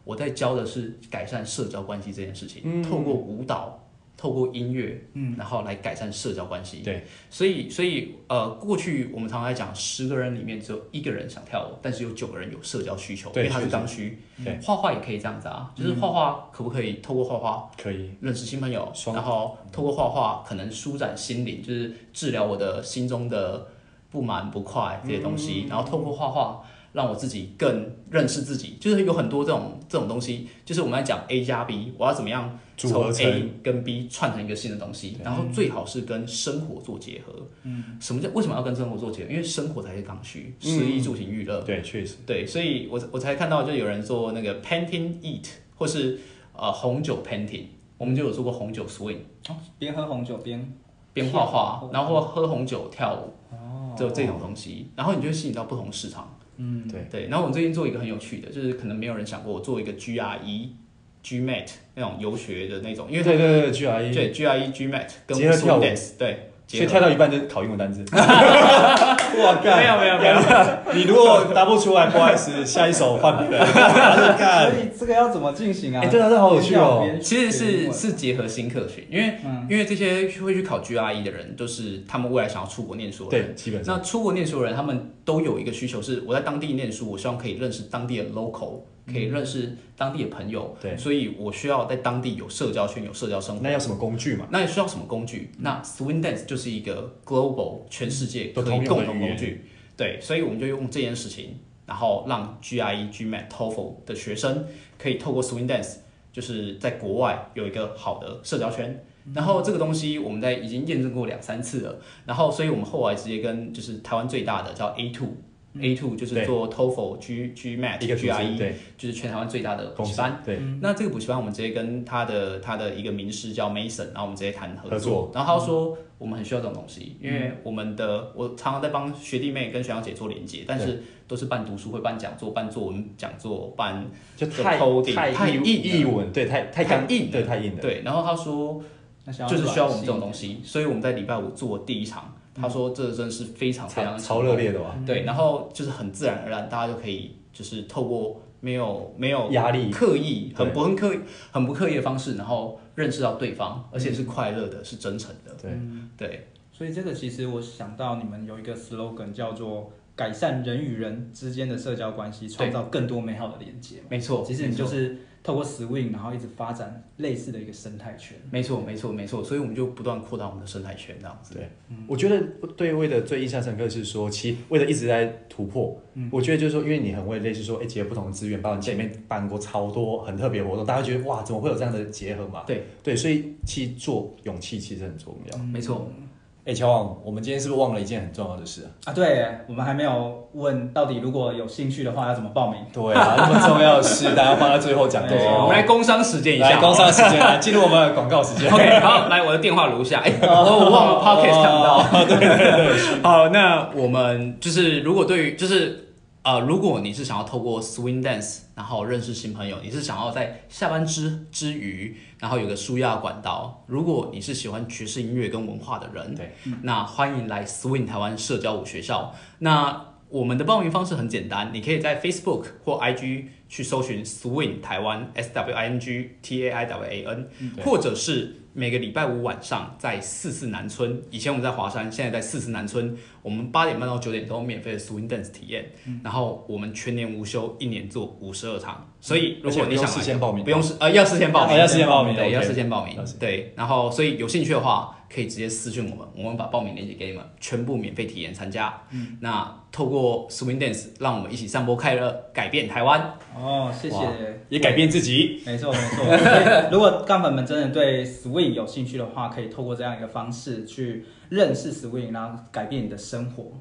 C: 我在教的是改善社交关系这件事情，
B: 嗯
C: 透过舞蹈，透过音乐，嗯，然后来改善社交关系。
B: 对，
C: 所以所以呃，过去我们常常在讲，十个人里面只有一个人想跳舞，但是有九个人有社交需求，因
B: 对
C: 为它是
B: 确实
C: 刚需。
B: 对，嗯
C: 画画也可以这样子啊，就是画画可不可以透过画画
B: 可以
C: 认识新朋友，
B: 双
C: 然后透过画画可能舒展心灵，就是治疗我的心中的不满不快这些东西，
B: 嗯
C: 然后透过画画让我自己更认识自己，就是有很多这种这种东西，就是我们在讲 A 加 B，我要怎么样
B: 组合
C: 从
B: 成
C: A 跟 B 串成一个新的东西，然后最好是跟生活做结合。嗯，什么叫为什么要跟生活做结合？因为生活才是刚需，食
B: 嗯
C: 衣住行娱乐。
B: 对，确实
C: 对，所以我我才看到就有人做那个 painting eat，或是呃红酒 painting，我们就有做过红酒 swing，
A: 哦边喝红酒边
C: 边画
A: 跳
C: 画
A: 舞，
C: 然后或喝红酒跳舞，
B: 哦
C: 就这种东西，然后你就会吸引到不同市场。
B: 嗯对
C: 对，然后我最近做一个很有趣的，就是可能没有人想过，我做一个 GRE、GMAT 那种游学的那种，因为
B: 对对对，GRE，
C: 对 E GRE、GMAT 跟
B: 结合跳舞
C: swing dance 对，
B: E，所以
C: 结
B: 跳
C: 合
B: 到一半就考英文 单字。哇，干
C: 没有没有没有，
B: 你如果答不出来，不好意思，下一首换别 人。
A: 所
B: 干，
A: 以 这个要怎么进行啊？
B: 哎真的是好有趣哦
A: 边跳边
C: 其
A: 学
C: 实
A: 英
C: 是
A: 文
C: 是结合新客群，因为、
B: 嗯
C: 因为这些会去考 GRE 的人，都是他们未来想要出国念书的人
B: 对，。基本上
C: 那出国念书的人，他们都有一个需求是，我在当地念书，我希望可以认识当地的 local，可以认识当地的朋友，
B: 嗯对
C: 所以我需要在当地有社交圈，有社交生活。
B: 那要什么工具嘛？
C: 那你需要什么工具？那 Swing Dance 就是一个 global 全世界可
B: 都
C: 以
B: 通
C: 共
B: 用的
C: 同
B: 语言
C: 工具。对，所以我们就用这件事情，然后让 E GRE、GMAT、TOEFL 的学生可以透过 Swing Dance，就是在国外有一个好的社交圈。然后这个东西我们在已经验证过两三次了，然后所以我们后来直接跟就是台湾最大的叫 A Two。A two 就是
B: 嗯对
C: 做 TOEFL、G 哎 E， GMAT、
B: 一个组织
C: GRE，
B: 对
C: 就是全台湾最大的补
B: 公
C: 习
B: 司
C: 班。
B: 对，
A: 嗯
C: 那这个补习班，我们直接跟他的他的一个名师叫 Mason，然后我们直接谈合
B: 合作
C: 然后他
A: 嗯
C: 说我们很需要这种东西，因为我们的我常常在帮学弟妹跟学长姐做连接，但是都是办读书会、办讲座、办作文讲座、办
B: 就
C: 这
B: 太
C: coding，太
B: 硬
C: 硬了
B: 译文，对，太太干
C: 太硬了
B: 对，太硬了。
C: 对。然后他说
A: 那想要
C: 就是需要我们这种
A: 软
C: 东西，所以我们在礼拜五做第一场，他说这真的是非常非
B: 超
C: 常
B: 超热烈的吧？
C: 对，然后就是很自然而然，大家就可以就是透过没有没有
B: 压力
C: 刻意
B: 对
C: 很不很刻意很不刻意的方式，然后认识到对方，而且是快乐的，是真诚的。
B: 嗯对，
C: 对，
A: 所以这个其实我想到你们有一个 slogan 叫做“改善人与人之间的社交关系，创造更多美好的连
B: 嗯
A: 接”。
C: 没错，
A: 其实你就
C: 没错
A: 是透过 swing，然后一直发展类似的一个生态圈。
C: 没错没错没错，所以我们就不断扩大我们的生态圈这样子。
B: 对，我觉得对魏的最印象深刻是说，其实魏的一直在突破。
C: 嗯
B: 我觉得就是说，因为你很会类似说，哎、结合不同的资源，包括你前面办过超多很特别的活动，大家觉得哇，怎么会有这样的结合嘛？
C: 对
B: 对，所以其实做勇气其实很重要。
C: 没错，
B: 哎、乔王，我们今天是不是忘了一件很重要的事啊？
A: 啊，对，我们还没有问到底如果有兴趣的话要怎么报名。
B: 对啊，那么重要的事，大家放在最后讲
A: 对
C: 我
B: 哦。
C: 们来工商实践一
B: 来
C: 下。
B: 工商时间，啊 来进入我们的广告时间。
C: OK，好，哦来我的电话如 下。哎、我忘了 Podcast 看不到。好，那我们就是如果对于就是呃，如果你是想要透过 swing dance 然后认识新朋友，你是想要在下班之之余，然后有个舒压管道。如果你是喜欢爵士音乐跟文化的人，
B: 对，
C: 那欢迎来 swing 台湾社交舞学校。那我们的报名方式很简单，你可以在 Facebook 或 IG 去搜寻 Swing 台湾 S W I N G T A I W A N，、或
B: 嗯
C: 者是每个礼拜五晚上在四四南村，以前我们在华山，现在在四四南村，我们八点半到九点都有免费的 Swing Dance 体验，
B: 嗯
C: 然后我们全年无休，一年做五十二场，所以如
B: 而且
C: 果
B: 不
C: 你
B: 用
C: 想
B: 事
C: 来
B: 先报名
C: 不用事呃要事先报名，
B: 哦要事先报名
C: 对，
B: OK
C: 要事先报名
B: 了解，
C: 对，然后所以有兴趣的话可以直接私讯我们，我们把报名链接给你们，全部免费体验参加。那透过 Swing Dance，让我们一起散播快乐，改变台湾。
A: 哦，谢
B: 哇
A: 谢。
B: 也改变自己。
A: 没错没错，所以如果杠粉们真的对 swing 有兴趣的话，可以透过这样一个方式去认识 swing，然后改变你的生活。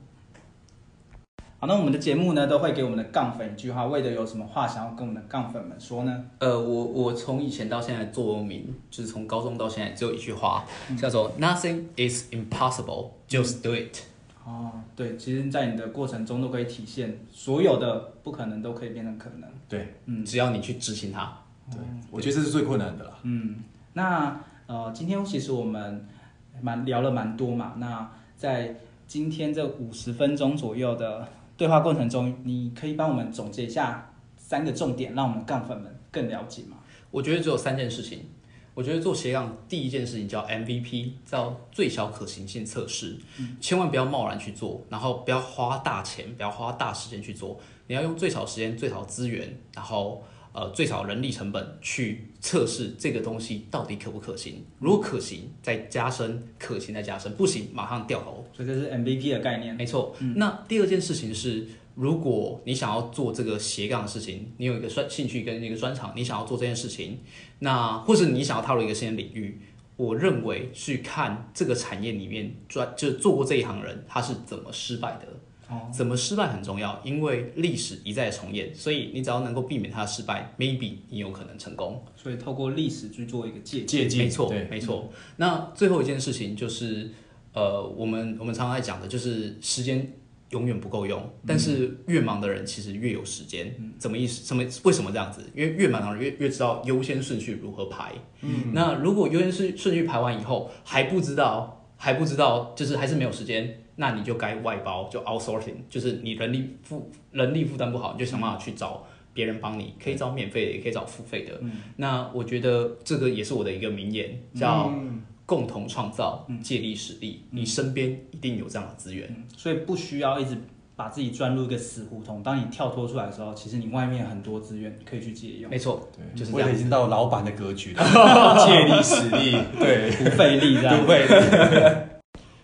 A: 好，那我们的节目呢，都会给我们的杠粉一句话，为的有什么话想要跟我们的杠粉们说呢？
C: 呃，我我从以前到现在座右铭，就是从高中到现在只有一句话，叫做 “Nothing is impossible, just do it”。
A: 哦，对，其实，在你的过程中都可以体现所有的不可能都可以变成可能。
C: 嗯
D: 对
C: 只要你去执行它。
D: 对，我觉得这是最困难的啦。
A: 嗯，那呃，今天其实我们蛮聊了蛮多嘛。那在今天这五十分钟左右的对话过程中，你可以帮我们总结一下三个重点，让我们杠粉们更了解嘛？
C: 我觉得只有三件事情。我觉得做斜杠第一件事情叫 MVP，叫最小可行性测试，千万不要贸然去做，然后不要花大钱，不要花大时间去做，你要用最少时间、最少资源，然后呃最少人力成本去测试这个东西到底可不可行。如果可行，再加深；可行再加深，不行马上掉头。
A: 哦所以这是 MVP 的概念。
C: 没错。那第二件事情是，如果你想要做这个斜杠的事情，你有一个专兴趣跟一个专长，你想要做这件事情，那或者你想要踏入一个新的领域，我认为去看这个产业里面专就是做过这一行人他是怎么失败的。
A: 哦，
C: 怎么失败很重要，因为历史一再重演，所以你只要能够避免它的失败，maybe 你有可能成功。
A: 哦所以透过历史去做一个借鉴。
D: 借
C: 没
D: 鉴
C: 错
D: 对，
C: 没错。嗯那最后一件事情就是，呃，我们我们常常在讲的就是时间永远不够用，但是越忙的人其实越有时间。怎么意思？什么？为什么这样子？因为越忙的人越越知道优先顺序如何排。嗯，那如果优先顺顺序排完以后还不知道，还不知道，就是还是没有时间。那你就该外包，就 outsourcing，就是你人力负人力负担不好，你就想办法去找别人帮你，可以找免费的，也可以找付费的。那我觉得这个也是我的一个名言，
D: 嗯
C: 叫共同创造，借力使力。你身边一定有这样的资源。
A: 嗯所以不需要一直把自己钻入一个死胡同。当你跳脱出来的时候，其实你外面很多资源可以去借 用，
C: 没错，
D: 对，
C: 就是这
D: 我也
C: 样
D: 已。经到老板的格局了， 借力使力，
B: 对，
A: 不费力这样。
B: 不会。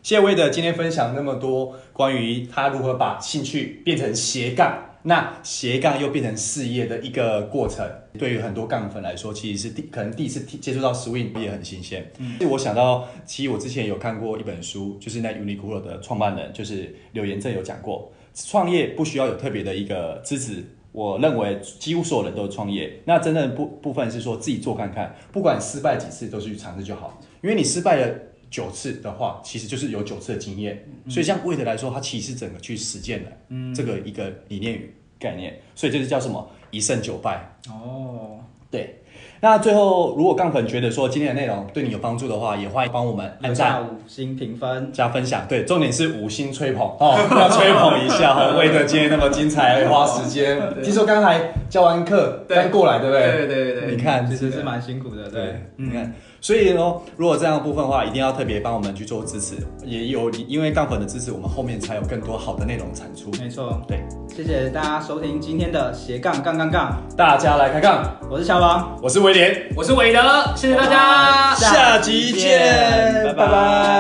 B: 谢谢威德今天分享那么多关于他如何把兴趣变成斜杠，那斜杠又变成事业的一个过程。对于很多杠粉来说，其实是第可能第一次接触到 swing 也很新鲜。嗯，我想到，其实我之前有看过一本书，就是那 Uniqlo 的创办人就是柳岩正有讲过，创业不需要有特别的一个资质。我认为几乎所有人都是创业，那真正的部部分是说自己做看看，不管失败几次都是去尝试就好，因为你失败了九次的话，其实就是有九次的经验。
D: 嗯
B: 所以像魏德来说，他其实整个去实践了、这个一个理念与概念，所以这是叫什么一胜九败。
A: 哦，
B: 对，那最后如果杠粉觉得说今天的内容对你有帮助的话，也欢迎帮我们按
A: 留
B: 赞
A: 下、五星评分。
B: 加分享，对，重点是五星吹捧哦， 要吹捧一下哦。为了今天那么精彩，花时间。听说刚才教完课
D: 对
B: 刚过来，对不对？
D: 对对对对
B: 你看，
A: 其实是蛮辛苦的，
B: 对
A: 对，，嗯
B: 你看，所以呢，如果这样的部分的话，一定要特别帮我们去做支持，也有因为杠粉的支持，我们后面才有更多好的内容产出。
A: 没错。
B: 对，
A: 谢谢大家收听今天的斜杠杠杠杠，
B: 大家来开杠，
A: 我是小王，
B: 我是威廉，
C: 我是韦德，谢谢大家。
B: 下集见，
A: 拜拜